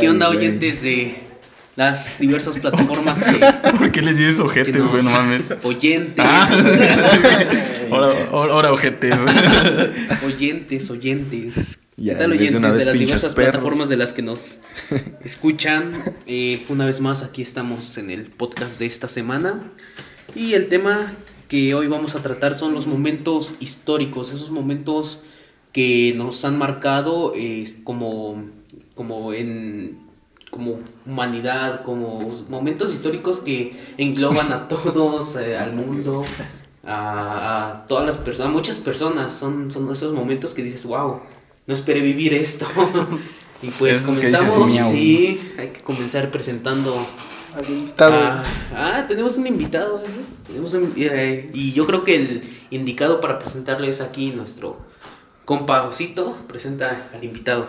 ¿Qué onda, oyentes de las diversas plataformas que, ¿Por qué les dices que ojetes, nos- güey? No Este mames. Oyentes, Ahora, ahora, ahora ojetes. oyentes, oyentes. Ya, ¿Qué tal, en vez de una oyentes de vez las pinches diversas perros. plataformas de las que nos escuchan? Eh, una vez más, aquí estamos en el podcast de esta semana. Y el tema que hoy vamos a tratar son los momentos históricos, esos momentos que nos han marcado eh, como, como en como humanidad, como momentos históricos que engloban a todos, eh, al mundo, a, a todas las personas, a muchas personas, son, son esos momentos que dices, wow, no esperé vivir esto. y pues Esos que dices, comenzamos, "Miau". sí, hay que comenzar presentando Ah, ah, tenemos un invitado. ¿eh? Tenemos un- eh, y yo creo que el indicado para presentarlo es aquí nuestro compa Osito. Presenta al invitado.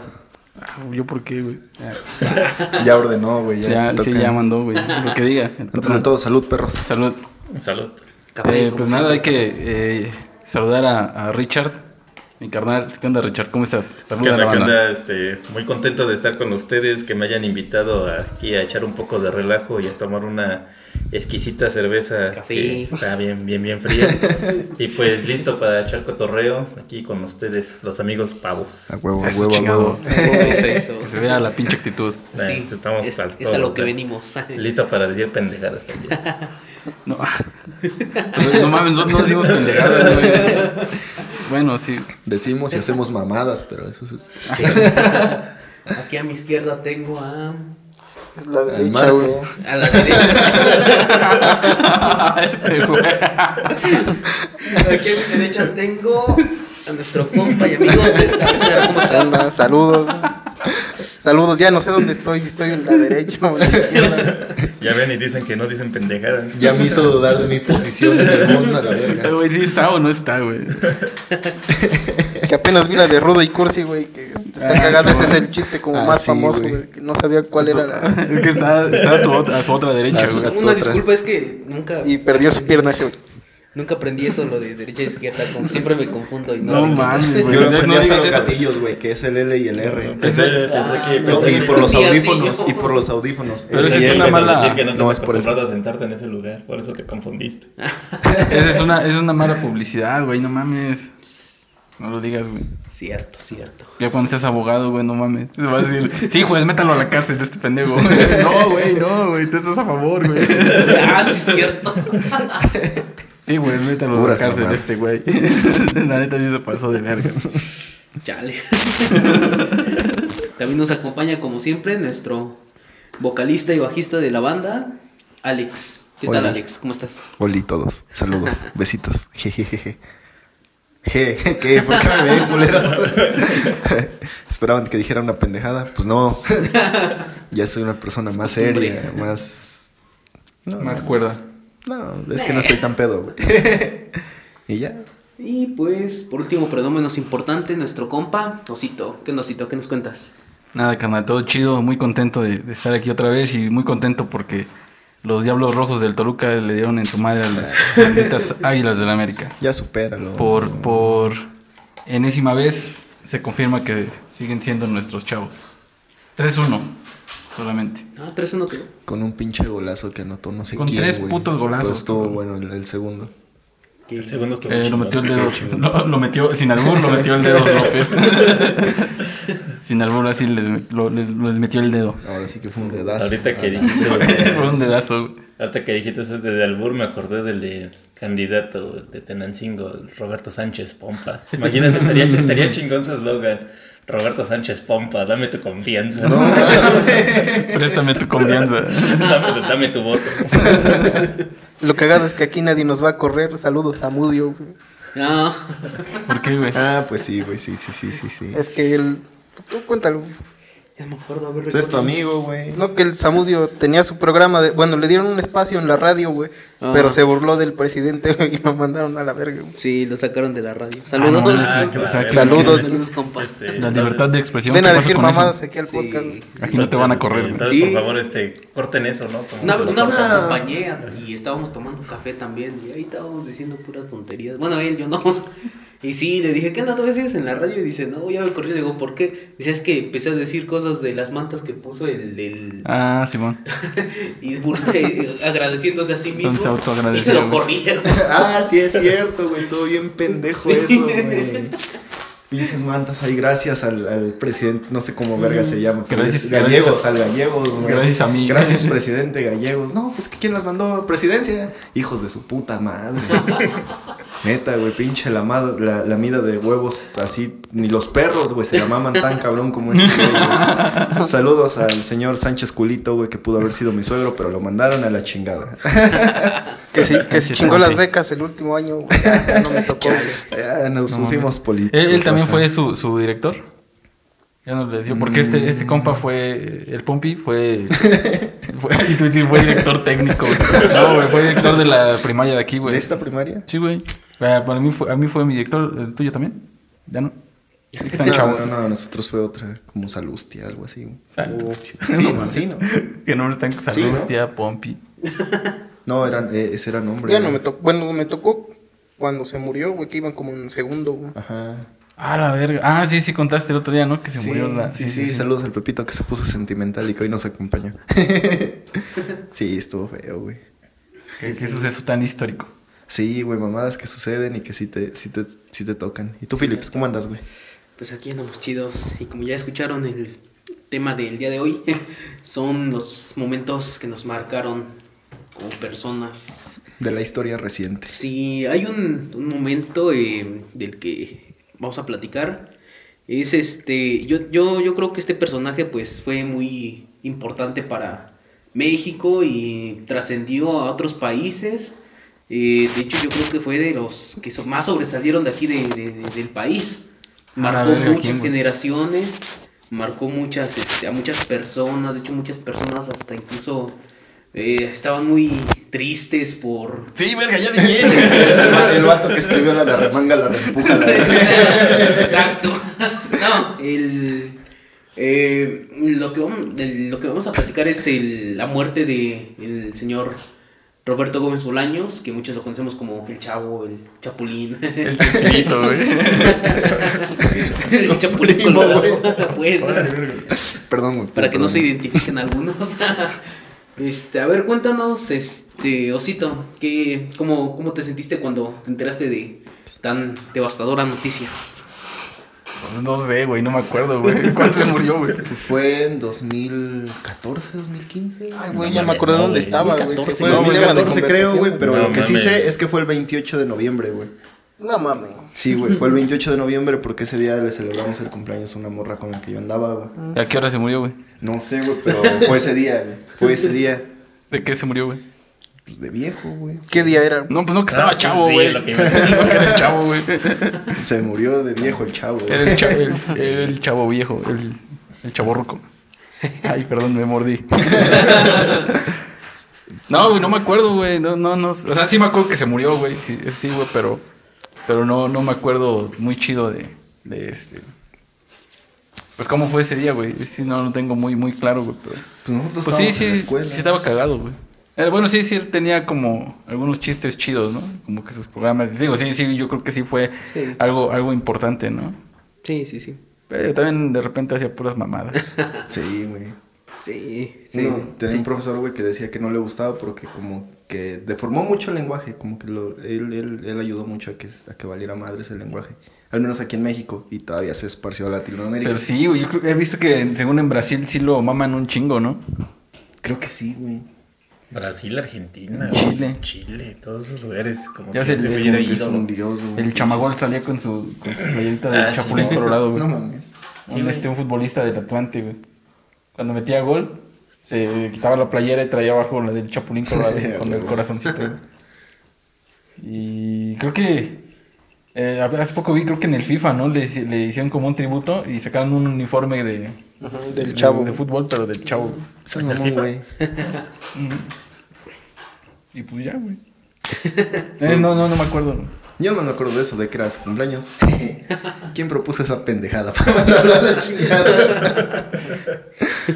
¿Yo por qué, güey? Ya, Ya ordenó, güey. Ya, ya, sí, toca. ya mandó, güey. Lo que diga. Antes de todo, salud, perros. Salud. Salud. Eh, como pues siempre. nada, hay que eh, saludar a, a Richard, mi carnal. ¿Qué onda, Richard? ¿Cómo estás? ¿Qué Saluda a la onda, qué banda. onda? Este, muy contento de estar con ustedes, que me hayan invitado aquí a echar un poco de relajo y a tomar una exquisita cerveza Café. que está bien, bien, bien fría. y pues listo para echar cotorreo aquí con ustedes, los amigos pavos. A huevo, a Eso, huevo, a chingado. huevo. Eso, eso. Que se vea la pinche actitud. Sí, Eh, estamos es, al es todo, a lo o que sea, venimos. ah, Listo para decir pendejadas también. No, no mames, nosotros no decimos pendejadas, güey. Bueno, sí. Decimos y hacemos mamadas, pero eso es. Aquí a mi izquierda tengo a. Es Pues la Al derecha, güey. Marco. A la derecha. Ese güey. Aquí a mi derecha tengo a nuestro compa y amigo César. ¿Cómo ¿Qué estás? onda? Saludos. güey. Saludos, ya no sé dónde estoy, si estoy en la derecha o en la izquierda. ya ven y dicen que no dicen pendejadas. Ya me hizo dudar de mi posición en el mundo, a la verga. Eh, güey, sí está o no está, güey. Que apenas vi la de Rudo y Cursi, güey, que este, está Ah, cagado. sí, Ese es güey. el chiste como Ah, más sí, famoso, güey. güey. que No sabía cuál era la. Es que está, está a, tu otra- a su otra derecha, güey. Una otra. disculpa, es que nunca. Y perdió su pierna ese, güey. Nunca aprendí eso, lo de derecha e izquierda. como siempre me confundo y no. No sé qué. mames, güey. Yo lo No aprendí hasta digas los eso. gatillos, güey, que es el L y el R. Pensé, pensé que. No, No, pensé y que- por los Sí, así, audífonos, ¿no? y por los audífonos. Pero pensé esa que es una ibas a mala- decir que no, estás no, es por eso. acostumbrado a sentarte en ese lugar, por eso te confundiste. Esa es una, es una mala publicidad, güey, no mames. No lo digas, güey. Cierto, cierto. Ya cuando seas abogado, güey, no mames. Te vas a decir, sí, juez, métalo a la cárcel de este pendejo. no, güey, no, güey, tú estás a favor, güey. Ah, sí, cierto. Sí, güey, métalo a la Puras cárcel de mamadas. este güey. la neta sí se pasó de verga. Chale. También nos acompaña, como siempre, nuestro vocalista y bajista de la banda, Alex. ¿Qué tal, Hola. Alex? ¿Cómo estás? Oli todos, saludos, besitos, jejejeje. Je, je, ¿qué? ¿Por qué me ven, culeros? Esperaban que dijera una pendejada, pues no. Ya soy una persona más costumbre. seria, más... No, Más cuerda. no, es que no estoy tan pedo, güey. Y ya, Y pues, por último, pero no menos importante, nuestro compa, Osito. ¿Qué onda, Osito? ¿Qué nos cuentas? Nada, carnal, todo chido, muy contento de, de estar aquí otra vez y muy contento porque los Diablos Rojos del Toluca le dieron en su madre a las malditas Águilas del América. ya supéralo. Por, por enésima vez se confirma que siguen siendo nuestros chavos. 3-1 solamente. Ah, 3-1 quedó. Con un pinche golazo que anotó no sé Con quién, tres güey. putos golazos. Pero estuvo bueno el, el segundo. Que- El segundo estuvo Eh, lo chingón. metió el dedo. Lo, lo metió, sin albur, lo metió el dedo López. sin albur, así les, lo- les- les metió el dedo. Ahora sí que fue un dedazo. Ahorita que Ah, dijiste, lo de- Fue un dedazo. güey. ahorita que dijiste eso de Albur, me acordé del de candidato de Tenancingo, el Roberto Sánchez Pompa. Imagínate, estaría, estaría chingón su eslogan. Roberto Sánchez Pompa, dame tu confianza. Préstame tu confianza. dame, dame tu voto. Lo cagado es que aquí nadie nos va a correr. Saludos a Mudio, güey. No. ¿Por qué, güey? Ah, pues sí, güey, sí, sí, sí, sí, sí. Es que él. Tú cuéntalo. güey. Ya me acuerdo haber Pues es tu recordado. amigo, güey. No, que el Samudio tenía su programa de. Bueno, le dieron un espacio en la radio, güey. Ah. Pero se burló del presidente, güey, y lo mandaron a la verga, güey. Sí, lo sacaron de la radio. Saludos. no, Ah, qué claro. o sea, que- Saludos. Saludos, compa. Este, La entonces- libertad de expresión. Ven ¿qué a pasó decir con eso? mamadas aquí al Sí. podcast. güey. Aquí no te van a correr, güey. Entonces, Sí. por favor, este, corten eso, ¿no? Como Una, que lo una vez cortan. lo acompañé a- y estábamos tomando café también y ahí estábamos diciendo puras tonterías. Bueno, él, yo no. Y sí, le dije, ¿qué onda? ¿Todavía sigues en la radio? Y dice, no, ya me corrí. Le digo, ¿por qué? Dice, es que empecé a decir cosas de las mantas que puso el... el... Ah, Simón. y burlé, agradeciéndose a sí mismo. Entonces, autoagradeció, Y lo güey. corrieron. Ah, sí, es cierto, güey. Estuvo bien pendejo eso, güey. Pinches mantas ahí, gracias al, al presidente, no sé cómo verga se llama. pero Mm. Gracias- es gallegos, gracias a- al gallegos, güey. gracias a mí. Gracias, presidente gallegos. No, pues ¿quién las mandó? Presidencia. Hijos de su puta madre. Neta, güey, pinche la, mad- la, la mida de huevos así. Ni los perros, güey, se la maman tan cabrón como ese güey, güey. Saludos al señor Sánchez Culito, güey, que pudo haber sido mi suegro, pero lo mandaron a la chingada. Que se, que se Sánchez chingó Conte. las becas el último año, güey. Ya, ya no me tocó, güey. Ya nos No pusimos mames. políticos. ¿Él, él también raza. fue su, su director? Ya no le decía, porque este, Mm. este compa fue, el Pompi fue, fue, y tú dices, fue director técnico, güey. No, güey, fue director de la primaria de aquí, güey. ¿De esta primaria? Sí, güey. Ah, Para mí fue, a mí fue mi director, ¿el tuyo también? ¿Ya no? Están no, chavos. no, no, nosotros fue otra, como Salustia, algo así. güey. Ah, Sí, ¿no? Sí, ¿no? Que no están Salustia, Pompi. No, eran, eh, ese era nombre. Ya no güey. me tocó. Bueno, me tocó cuando se murió, güey, que iban como en segundo, güey. Ajá. Ah, la verga. Ah, sí, sí, contaste el otro día, ¿no? Que se sí, murió la... Sí, sí, saludos al Pepito que se puso sentimental y que hoy nos acompañó. sí, estuvo feo, güey. Qué, qué suceso tan histórico. Sí, güey, mamadas que suceden y que sí te, sí te, sí te tocan. ¿Y tú, Philips, cómo andas, güey? Pues aquí andamos chidos y como ya escucharon el tema del día de hoy, son los momentos que nos marcaron como personas. De la historia reciente. Sí, hay un, un momento eh, del que vamos a platicar. Es este, yo, yo, yo creo que este personaje pues fue muy importante para México y trascendió a otros países. Eh, de hecho, yo creo que fue de los que so- más sobresalieron de aquí de- de- de- del país. Ah, A la Marcó verga, ¿quién, muchas güey? generaciones, marcó muchas, este, a muchas personas, de hecho muchas personas hasta incluso eh, estaban muy tristes por, Sí, verga, ya de quién. el vato que escribió la, la remanga, la reempuja, la Exacto. No, el, eh, lo, que vamos, el- lo que vamos a platicar es el- la muerte de el señor Roberto Gómez Bolaños, que muchos lo conocemos como el Chavo, el Chapulín. El chespirito, güey. el Chapulín Primo, Colorado, pues. Perdón, güey. Para que no se perdón. identifiquen algunos. Este, a ver, cuéntanos, este, Osito, ¿qué, cómo, ¿cómo te sentiste cuando te enteraste de tan devastadora noticia? Pues No sé, güey, no me acuerdo, güey. ¿Cuándo se murió, güey? Fue en 2014, 2015. Ay, güey, ya me acordé dónde güey. estaba, güey. que 2014, fue No, mi tema de 2014 creo, güey, conversación, pero No lo que sí mames. sé es que fue el 28 de noviembre, güey. No mames. Sí, güey, fue el 28 de noviembre porque ese día le celebramos el cumpleaños a una morra con la que yo andaba, güey. ¿A qué hora se murió, güey? No sé, güey, pero fue ese día, güey. Fue ese día ¿De qué se murió, güey? pues, de viejo, güey. ¿Qué día era? No, pues no, que Ah, estaba chavo, sí, güey. lo que no, iba a decir. que era chavo, güey. Se murió de viejo el chavo, Era el güey. chavo, el, era el chavo viejo, el, el chavo ruco. Ay, perdón, me mordí. No, güey, no me acuerdo, güey. No, no, no. O sea, sí me acuerdo que se murió, güey. Sí, sí, güey, pero, pero no, no me acuerdo muy chido de, de este. Pues cómo fue ese día, güey. Sí, no lo tengo muy, muy claro, güey. Pero... Pues nosotros Pues sí, estábamos en la sí, escuela. sí estaba cagado, güey. Eh, Bueno, sí, sí, él tenía como algunos chistes chidos, ¿no? Como que sus programas. Digo, sí, sí, yo creo que sí fue Sí. algo algo importante, ¿no? Sí, sí, sí. Pero Eh, también de repente hacía puras mamadas. Sí, güey. Sí, sí. No, tenía un profesor, güey, que decía que no le gustaba porque como que deformó mucho el lenguaje, como que lo, él, él, él ayudó mucho a que, a que valiera madres el lenguaje, al menos aquí en México, y todavía se esparció a Latinoamérica. Pero sí, güey, yo creo que he visto que en- según en Brasil sí lo maman un chingo, ¿no? Creo que sí, güey. Brasil, Argentina, Chile. Chile. Chile, todos esos lugares. Como Ya que sé, ese el- güey Como era que es ídolo. un dios, güey. El chamagol salía con su, con su playerita del Ah, sí, Chapulín ¿no? Colorado, güey. No mames. Sí, un, güey. este, un futbolista del Atlante, güey. Cuando metía gol, se quitaba la playera y traía abajo la del Chapulín Colorado Sí, con el güey. corazoncito, güey. Y creo que eh, hace poco vi, creo que en el FIFA, ¿no? Le, hici- le hicieron como un tributo y sacaron un uniforme de, Ajá, de- Del chavo. de fútbol, pero del chavo. güey. Es un mamón, güey. Y pues ya, güey. Eh, no, no, no me acuerdo. güey. Yo no me acuerdo de eso, de que era su cumpleaños. ¿Quién propuso esa pendejada para mandarla a la chingada?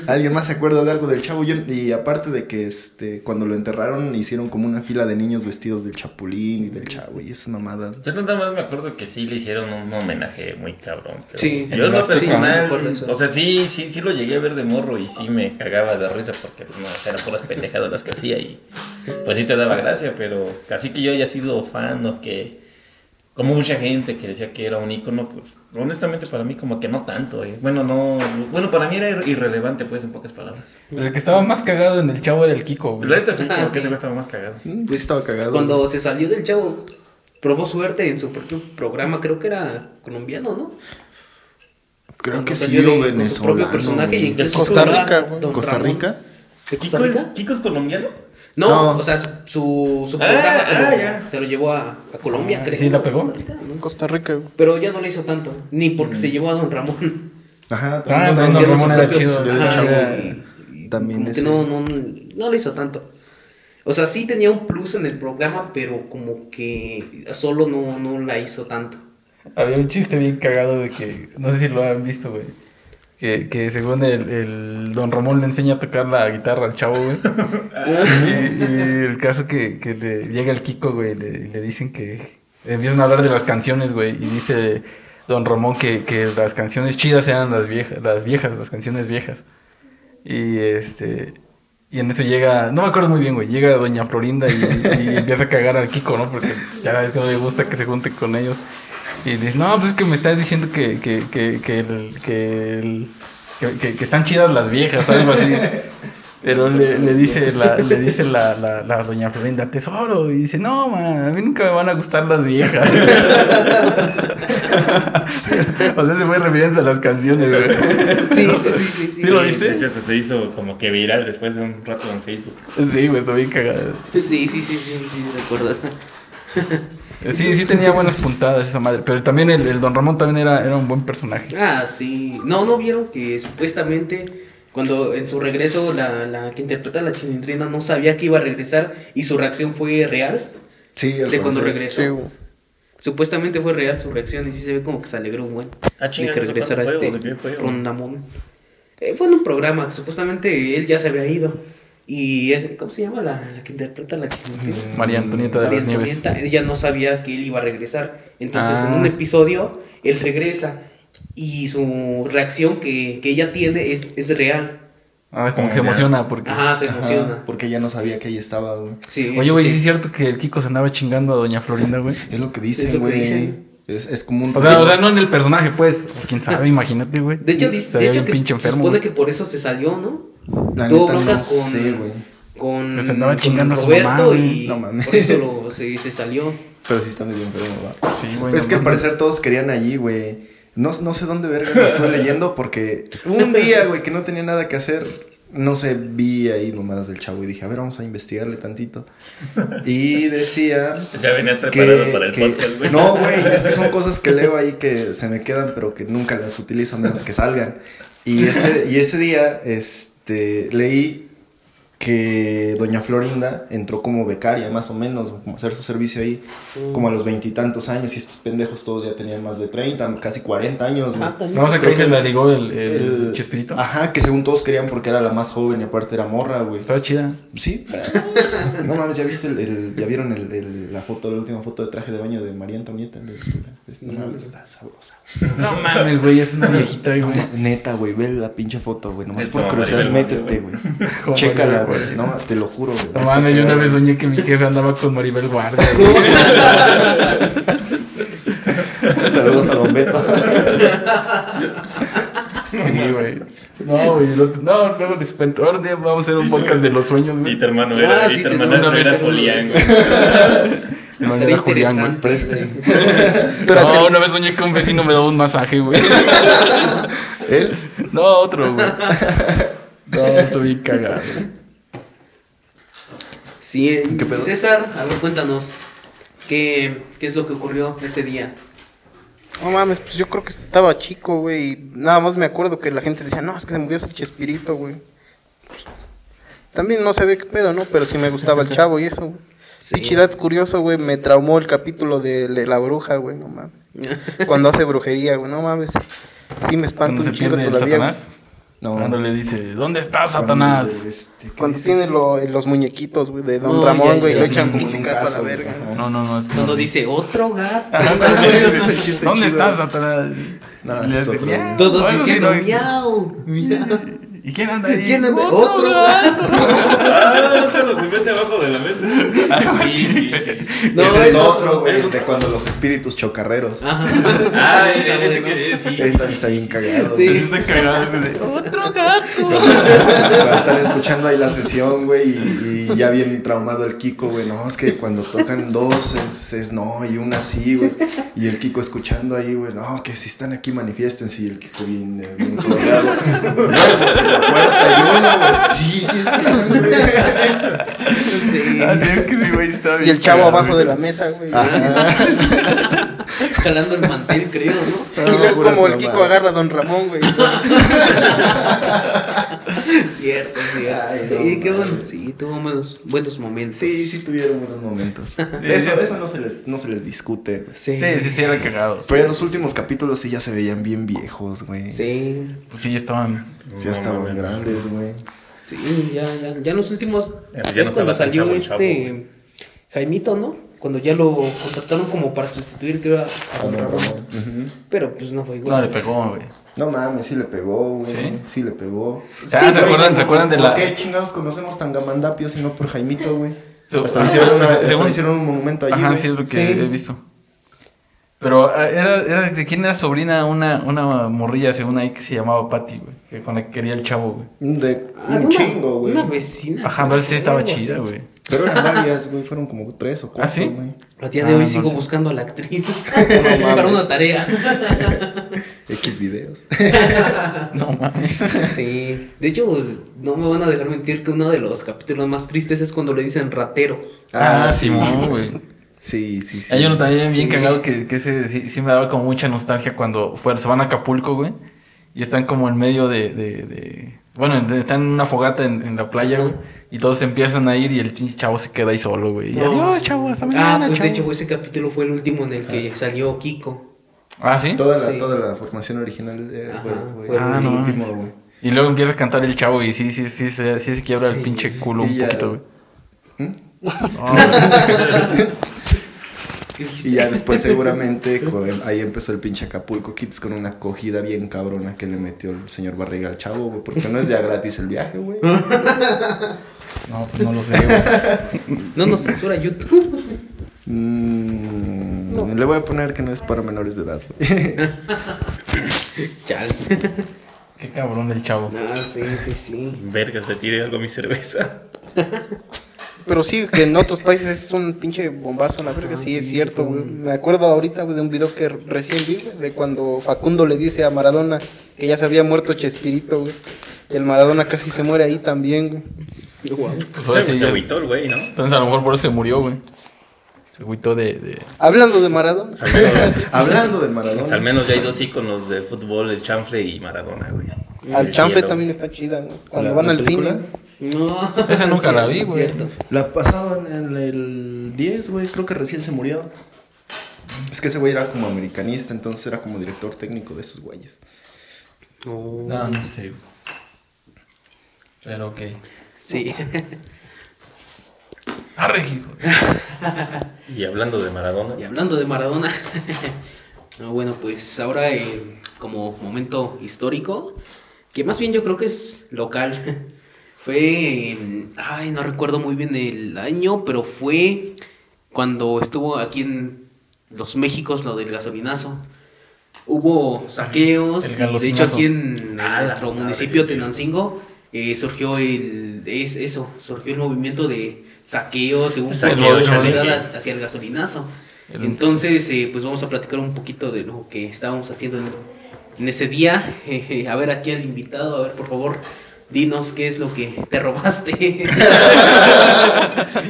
¿Alguien más se acuerda de algo del chavo? Yo- y aparte de que este, cuando lo enterraron hicieron como una fila de niños vestidos del chapulín y del chavo y esas mamadas. Yo nada más me acuerdo que sí le hicieron un homenaje muy cabrón. pero Sí. yo en lo Sí, me personal, acuerdo eso. o sea, sí, sí, sí lo llegué a ver de morro y sí me cagaba de risa porque no, o sea, eran puras pendejadas las que hacía y pues sí te daba gracia, pero así que yo haya sido fan o que como mucha gente que decía que era un ícono, pues honestamente para mí como que no tanto, eh. bueno, no, bueno, para mí era ir- irrelevante pues en pocas palabras. El que estaba más cagado en el chavo era el Kiko, güey. La neta sí, Ajá, creo Ah, sí. que ese güey estaba más cagado. Mm, Pues estaba cagado. Cuando güey. se salió del chavo, probó suerte en su propio programa, creo que era colombiano, ¿no? Creo Cuando que sí, salió de- o con su venezolano. propio personaje y güey. incluso Costa hablaba Rica, güey. don Costa Ramón. Rica. ¿De Costa ¿Kiko es, Rica? ¿Kiko es colombiano? No, No. o sea, su, su Ah, programa se, ah, lo, ya. se lo llevó a, a Colombia, Ah, creo. ¿sí la ¿no? pegó? Costa Rica, ¿no? Costa Rica, güey. Pero ya no le hizo tanto, ni porque se llevó a Don Ramón. Ajá, Ah, también Don también Don Hicieron Ramón. su Ramón era propio- ajá, chido, el chavo. y- y También como que ese. no, no, no le hizo tanto. O sea, sí tenía un plus en el programa, pero como que solo no, no la hizo tanto. Había un chiste bien cagado, güey, que no sé si lo han visto, güey. Que, que según el, el Don Ramón le enseña a tocar la guitarra al chavo, güey. Y, y el caso que, que le llega el Kiko, güey, y le, y le dicen que. Empiezan a hablar de las canciones, güey, y dice Don Ramón que, que las canciones chidas eran las viejas, las viejas, las canciones viejas. Y este. Y en eso llega, no me acuerdo muy bien, güey, llega Doña Florinda y, y empieza a cagar al Kiko, ¿no? Porque pues, ya es que no le gusta que se junte con ellos. Y dice, no, pues es que me estás diciendo que, que, que, que, el- que, el- que- que- que están chidas las viejas, algo así. Pero le, le dice, la, le dice la, la, la doña Florinda, tesoro. Y dice, no, man, a mí nunca me van a gustar las viejas. o sea, se fue refiriéndose a las canciones, güey. Sí, sí, sí, sí. sí. ¿Sí lo Sí, viste? De hecho, hasta se hizo como que viral después de un rato en Facebook. Sí, güey, estoy bien cagado. Sí, sí, sí, sí, sí, recuerdas. Sí, sí tenía buenas puntadas esa madre. Pero también el, el don Ramón también era, era un buen personaje. Ah, sí. No, no vieron que supuestamente cuando en su regreso la, la que interpreta a la chilindrina no sabía que iba a regresar y su reacción fue real Sí, al de cuando parecer. regresó. Sí, güey. Supuestamente fue real su reacción y sí se ve como que se alegró un buen Ah, chinga, de que ¿eso regresara cuándo fue? este ¿O de quién fue? ¿O? Rondamón. Eh, fue en un programa, que supuestamente él ya se había ido. Y es- ¿cómo se llama la, la que interpreta a la chilindrina? María Antonieta de María las Nieves. Antonieta, ella no sabía que él iba a regresar. Entonces, Ah. en un episodio, él regresa y su reacción que, que ella tiene es, es real. Ah, como que se emociona porque. Ajá, se Ajá, emociona. porque ya no sabía que ahí estaba, güey. Sí, Oye, güey, sí, sí es cierto que el Kiko se andaba chingando a Doña Florinda, güey. Es lo que Es lo dicen, que güey. dicen. Es, es como un. O sea, o sea, no en el personaje, pues. Quién sabe, imagínate, güey. De hecho, dice, Se de veía hecho bien que pinche se enfermo. supone que güey. por eso se salió, ¿no? la Tuvo neta no broncas con, sé, güey. con, Pues andaba con chingando a su Roberto mamá, güey. y No mames. por eso lo- se, se salió. Pero sí está medio enfermo, va. Sí, güey. es no que al mames. parecer todos querían allí, güey. No, no sé dónde verga lo estuve leyendo porque un día, güey, que no tenía nada que hacer, no sé, vi ahí mamadas del chavo y dije, a ver, vamos a investigarle tantito. Y decía Ya venías preparado que... para el que- podcast, güey. no, güey, es que son cosas que leo ahí que se me quedan, pero que nunca las utilizo a menos que salgan. Y ese, y ese día, este, leí que doña Florinda entró como becaria, más o menos, como a hacer su servicio ahí, Mm. como a los veintitantos años, y estos pendejos todos ya tenían más de 30, casi 40 años, güey. Ah, también. No, o sea, que ahí se la ligó el, el, El- Chespirito. Ajá, que según todos querían porque era la más joven y aparte era morra, güey. Estaba chida. Sí. No mames, ya viste el, el- ya vieron el- el- la foto, la última foto de traje de baño de María Antonieta. De- de- No mames, está sabrosa. No mames, güey, es una viejita, No, güey. neta, güey, ve la pinche foto, güey. Nomás Es por como curiosidad, Maribel Guardia, métete, güey. Como Chécala, Maribel güey. No, te lo juro, güey. No mames, yo una vez soñé que mi jefe andaba con Maribel Guardia, güey. Saludos a Don Beto. Sí, güey. No, güey. lo- No, luego les cuento. Ahora un día vamos a hacer un podcast de los sueños, Y güey. tu hermano Ah, era, sí, y tu tenía hermana una era vez- Julián, güey. De Estaría manera Julián, güey. interesante. Preste. Tú eras No, el- una vez soñé que un vecino me daba un masaje, güey. Él, No, otro, güey. No, estoy bien cagado. Sí, eh, ¿Qué pedo? César, a ver, cuéntanos. ¿Qué, ¿Qué es lo que ocurrió ese día? No mames, pues yo creo que estaba chico, güey. y Nada más me acuerdo que la gente decía, no, es que se murió ese Chespirito, güey. Pues, También no sabía qué pedo, ¿no? Pero sí me gustaba el chavo y eso, güey. Sí. Pinche edad curioso, güey. Me traumó el capítulo de, de la bruja, güey, no mames. Cuando hace brujería, güey, no mames. Sí me Cuando espanto se un chingo pierde el todavía. güey. Satanás. No. Cuando le dice, ¿dónde estás, Cuando, Satanás? este, ¿qué Cuando dice? tiene lo- los muñequitos, güey, de Don Oh, ya, Ramón, ya, güey, ya, lo sí, echan como como un un caso a caso, la güey, verga. ajá. No, no, no. Es, Cuando dice otro gato. Ese es el chiste ¿Dónde chido. estás, Satanás? No, Y le ese es hace, otro, güey. "Miau". O Todos algo así, diciendo ¿no? miau. miau". ¿Y quién anda ahí? ¿Quién anda? ¡Otro ¡Otro gato! Ah, no se los mete abajo de la mesa. Algo Ah, Sí, así, sí, Ah, pero- sí. No, Ese es es otro, güey, de cuando los espíritus chocarreros. Ajá. Ah, Está mira, ese bueno. que sí. Ese está bien cagado. Sí. güey. Eso está Este cagado, así de, ¡Otro gato! Va a estar escuchando ahí la sesión, güey, y, y ya bien traumado el Kiko, güey. No, es que cuando tocan dos es, es no y una sí, güey. Y el Kiko escuchando ahí, güey, no, que si están aquí manifiéstense. Y el Kiko bien, eh, bien soleado. No, pues, en la puerta y uno, güey, sí, sí, sí. Sí. Ah, tío, que sí, güey, está bien Y el chavo cagado, abajo güey. de la mesa, güey. Ah, Jalando el mantel, creo, ¿no? Y luego Puras como el Kiko mamadas. agarra a Don Ramón, güey. Cierto, cierto. Ay, sí, no qué bueno. mames. Sí, tuvo buenos, buenos momentos. Sí, sí tuvieron buenos momentos. Eso, eso no se les, no se les discute, güey. Sí. Sí, sí, sí, era cagado. Pero en los últimos capítulos sí ya se veían bien viejos, güey. Sí, Pues sí, estaban. Sí, ya estaban grandes, güey. sí, ya, ya, ya en los últimos. Ya Ya no es cuando estaba tan salió chavo el chavo, este. Jaimito, ¿no? Cuando ya lo contrataron como para sustituir, creo, a a Don Ramón. Ujú. Pero pues no fue igual. No, le pegó, güey. No mames, sí le pegó, güey. ¿Sí? ¿Sí? le pegó. Ah, ¿se acuerdan- se acuerdan de ¿Por la- qué chingados conocemos Tangamandapio si no por Jaimito, güey? So- hasta, le hicieron una- hasta según- le hicieron un monumento allí, Ajá, güey. sí, es lo que Sí. he visto. Pero ah, era, era de quién era sobrina una, una morrilla, según ahí, que se llamaba Patty, güey. Que con la que quería el chavo, güey. De Ah, un una- chingo, güey. Una vecina. Ajá, a ver si creo, estaba algo así. chida, güey. Pero eran varias, güey. Fueron como tres o cuatro, ¿Ah, sí? güey. A día de Ah, hoy no sigo sé. buscando a la actriz. es para una tarea. X videos. No mames. Sí. De hecho, pues, no me van a dejar mentir que uno de los capítulos más tristes es cuando le dicen ratero. Ah, Simón, güey. Sí, sí, sí. Hay uno también bien Sí. cagado que, que ese sí, sí me daba como mucha nostalgia cuando fue- se van a Acapulco, güey. Y están como en medio de. de- de- bueno, de- están en una fogata en, en la playa, güey. Y todos se empiezan a ir y el pinche chavo se queda ahí solo, güey. Y No. adiós, chavo, hasta Ah, mañana, Ah. pues de chavo". hecho, güey, ese capítulo fue el último en el que salió Kiko. Ah, sí. Toda la, Sí. toda la formación original de Ajá, fue, güey. fue Ah, el no último, mames. güey. Y luego empieza a cantar el chavo y sí, sí, sí, se- sí se quiebra el Sí. pinche culo Y un ya. poquito, güey. ¿Mm? Ah, ¿Qué dijiste? Y ya después seguramente co- ahí empezó el pinche Acapulco Kids con una acogida bien cabrona que le metió el señor Barriga al chavo, güey, porque no es ya gratis el viaje, güey. no, pues no lo sé, güey. No nos censura YouTube. Mm, Le voy a poner que no es para menores de edad, güey. Chale. Qué cabrón el chavo. Ah, sí, sí, sí. Vergas, le tiré algo a mi cerveza. Pero sí, que en otros países es un pinche bombazo, la verga, Ah, sí, es sí, cierto, sí, güey. sí. Me acuerdo ahorita, güey, de un video que recién vi, güey, de cuando Facundo le dice a Maradona que ya se había muerto Chespirito, güey. El Maradona casi se muere ahí también, güey. Guau. Pues ahora Se sí, se ya- agüitó el güey, ¿no? entonces a lo mejor por eso se murió, güey. Se agüitó de- de, Hablando de Maradona, Pues, al menos- Hablando del pues, al Maradona. menos ya hay dos íconos de fútbol, el chanfle y Maradona, güey. al El chanfle cielo. también está chida, güey. Cuando ¿La- van la al película? cine, No. Esa nunca la vi, Cierto, güey. pues cierto. La pasaban en el 10, güey, creo que recién se murió. Es que ese güey era como americanista, entonces era como director técnico de esos güeyes. No. No, no sé. güey. Pero ok. Sí. Arre, hijo. Y hablando de Maradona, Y hablando de Maradona, no, bueno, pues ahora eh, como momento histórico, que más bien yo creo que es local, fue, em, ay, no recuerdo muy bien el año, pero fue cuando estuvo aquí en los Méxicos lo del gasolinazo. Hubo saqueos, El y de hecho galocinazo. aquí en Ah, la nuestro madre, municipio sí. Tenancingo eh, surgió el, es eso, surgió el movimiento de saqueos, según Saqueo, por chaleque. realidad, hacia el gasolinazo. Entonces, eh, pues vamos a platicar un poquito de lo que estábamos haciendo en, en ese día. Jeje, a ver aquí al invitado, a ver por favor, dinos qué es lo que te robaste.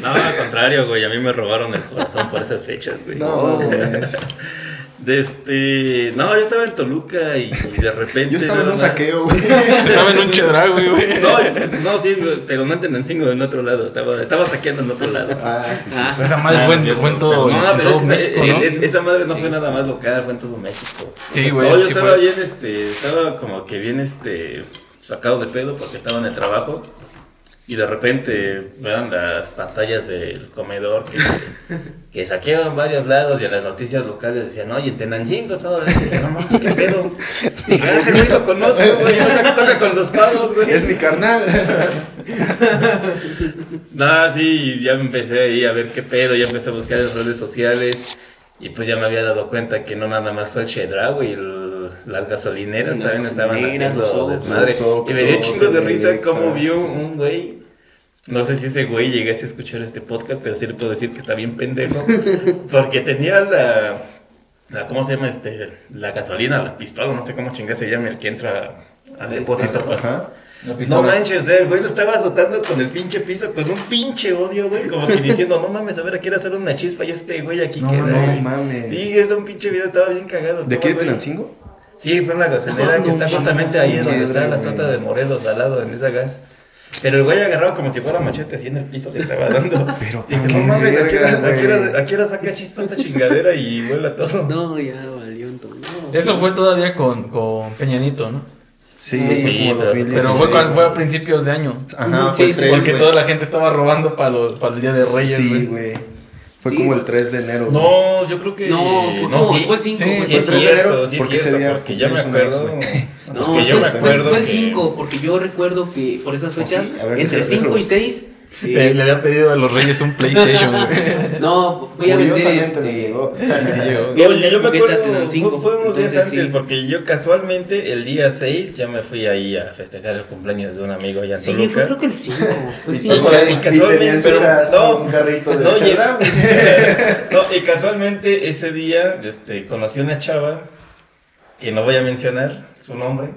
No, al contrario, güey. A mí me robaron el corazón por esas fechas, güey. No, güey. De este. No, yo estaba en Toluca y, y de repente. Yo estaba en nada un más- saqueo, güey. Estaba en un chedra, güey, güey. No, no, sí, güey, pero no en Tenancingo, en otro lado. Estaba, estaba saqueando en otro lado. Ah, sí, sí. Ah, Esa madre fue en, fue en todo, No, en pero todo es que esa- México, ¿no? es- es- esa madre no fue nada más local, fue en todo México. Sí, O sea, güey, no, yo sí estaba fue. bien, este. Estaba como que bien, este. sacados de pedo porque estaba en el trabajo y de repente vean las pantallas del comedor que, que saqueaban varios lados y en las noticias locales decían, oye, en Tenancingo estaba de... Dije, no mames, qué pedo. Dije, "Ah, ese güey lo conozco, güey, o sea, que toca con los pavos, güey. Es mi carnal. No, sí, ya empecé ahí a ver qué pedo, ya empecé a buscar en redes sociales y pues ya me había dado cuenta que no nada más fue el Shedra, güey, el- las Las gasolineras también estaban gasolineras, los haciendo Oxxos. desmadre. Los Oxxos, Y me dio chingo de risa Electra. cómo vio un güey, no sé si ese güey llegase a escuchar este podcast, pero sí le puedo decir que está bien pendejo, porque tenía la, la- ¿cómo se llama? este La gasolina, la pistola, no sé cómo chingada se llama, el que entra al depósito para... Ajá. No manches, eh, el güey lo estaba azotando con el pinche piso, con un pinche odio, güey. Como que diciendo, no mames, a ver, quiere hacer una chispa y este güey aquí No, queda. no es". mames. Sí, era un pinche video, estaba bien cagado. ¿De ¿Cómo, qué de güey? Tenancingo? Sí, fue en la gasolera Ah, que no está chingues, justamente ahí donde está la güey. estatua de Morelos al lado, en esa gas. Pero el güey agarraba como si fuera machete así en el piso le estaba dando. Pero Dije, qué no mames, ¿a qué hora- verga, a qué hora- güey. a qué hora saca chispa esta chingadera y vuela todo? No, ya valió entonces. no. Eso fue todavía con, con Peñanito, ¿no? Sí, Sí, como pero- 2016. Pero fue, cuando, fue a principios de año. Ajá, Sí, fue el sí, tres, Porque güey. toda la gente estaba robando para, los, para el Día de Reyes, Sí, güey. güey. Fue Sí, como güey. el 3 de enero. güey. No, yo creo que. No, fue como- sí. fue el cinco, Sí, fue sí el es tres de cierto, enero, sí es porque ese cierto, día porque yo yo me hice un ex, acuerdo. güey. No, porque yo fue, me fue- acuerdo. fue el que- 5, porque yo recuerdo que por esas Oh, sí, fechas, a ver, entre déjame 5 y verlos. 6, Eh, Le, le había pedido a los Reyes un PlayStation, güey. no, voy a vender Curiosamente este, me llegó. voy a No, yo, vender yo juguete me a acuerdo, fue, Tenancingo, fue unos días entonces, antes, sí. porque yo casualmente el día 6 ya me fui ahí a festejar el cumpleaños de un amigo allá en Sí, fue Toluca. creo que el 5, fue el Y, Sí, y- 5. porque- y- y casualmente, tenía en su pero- casa no, un carrito de no, leche lle- Ram. No, y casualmente ese día este, conocí una chava que no voy a mencionar su nombre.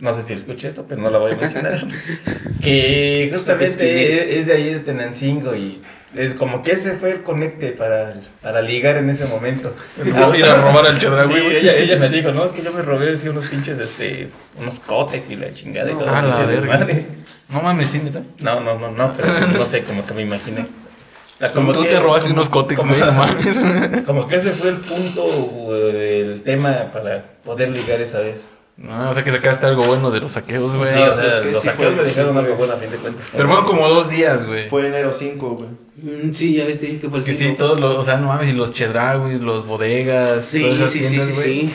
No sé si escuché esto, pero no la voy a mencionar. que Sabes quién justamente e, eres. es, es de ahí de Tenancingo y es como que ese fue el conecte para, para ligar en ese momento. Ro- Ir a robar al Chedra, Sí, güey. güey. ella, ella me dijo, no, es que yo me robé así unos pinches, este, unos cótex y la chingada y todo. Ah, el la pinche verga. desmadre". No mames, sí, neta. No, no, no, no, pero no sé, como que me imaginé. O sea, Tú que- te robaste como- unos cótex, como- güey, no mames. Como que ese fue el punto, o el tema para poder ligar esa vez. No, o sea que sacaste algo bueno de los saqueos, Pues, güey. ah, sí, o es sea, que los sí saqueos fue- me dejaron sí algo fue. bueno a fin de cuentas. Pero fueron como dos días, güey. Fue enero 5, güey. Mm, Sí, ya ves, te dije que fue Pues el Que 5. sí, todos los, o sea, no mames, y los chedraguis, los bodegas, Sí, todas sí, esas sí, tiendas, sí, güey. sí.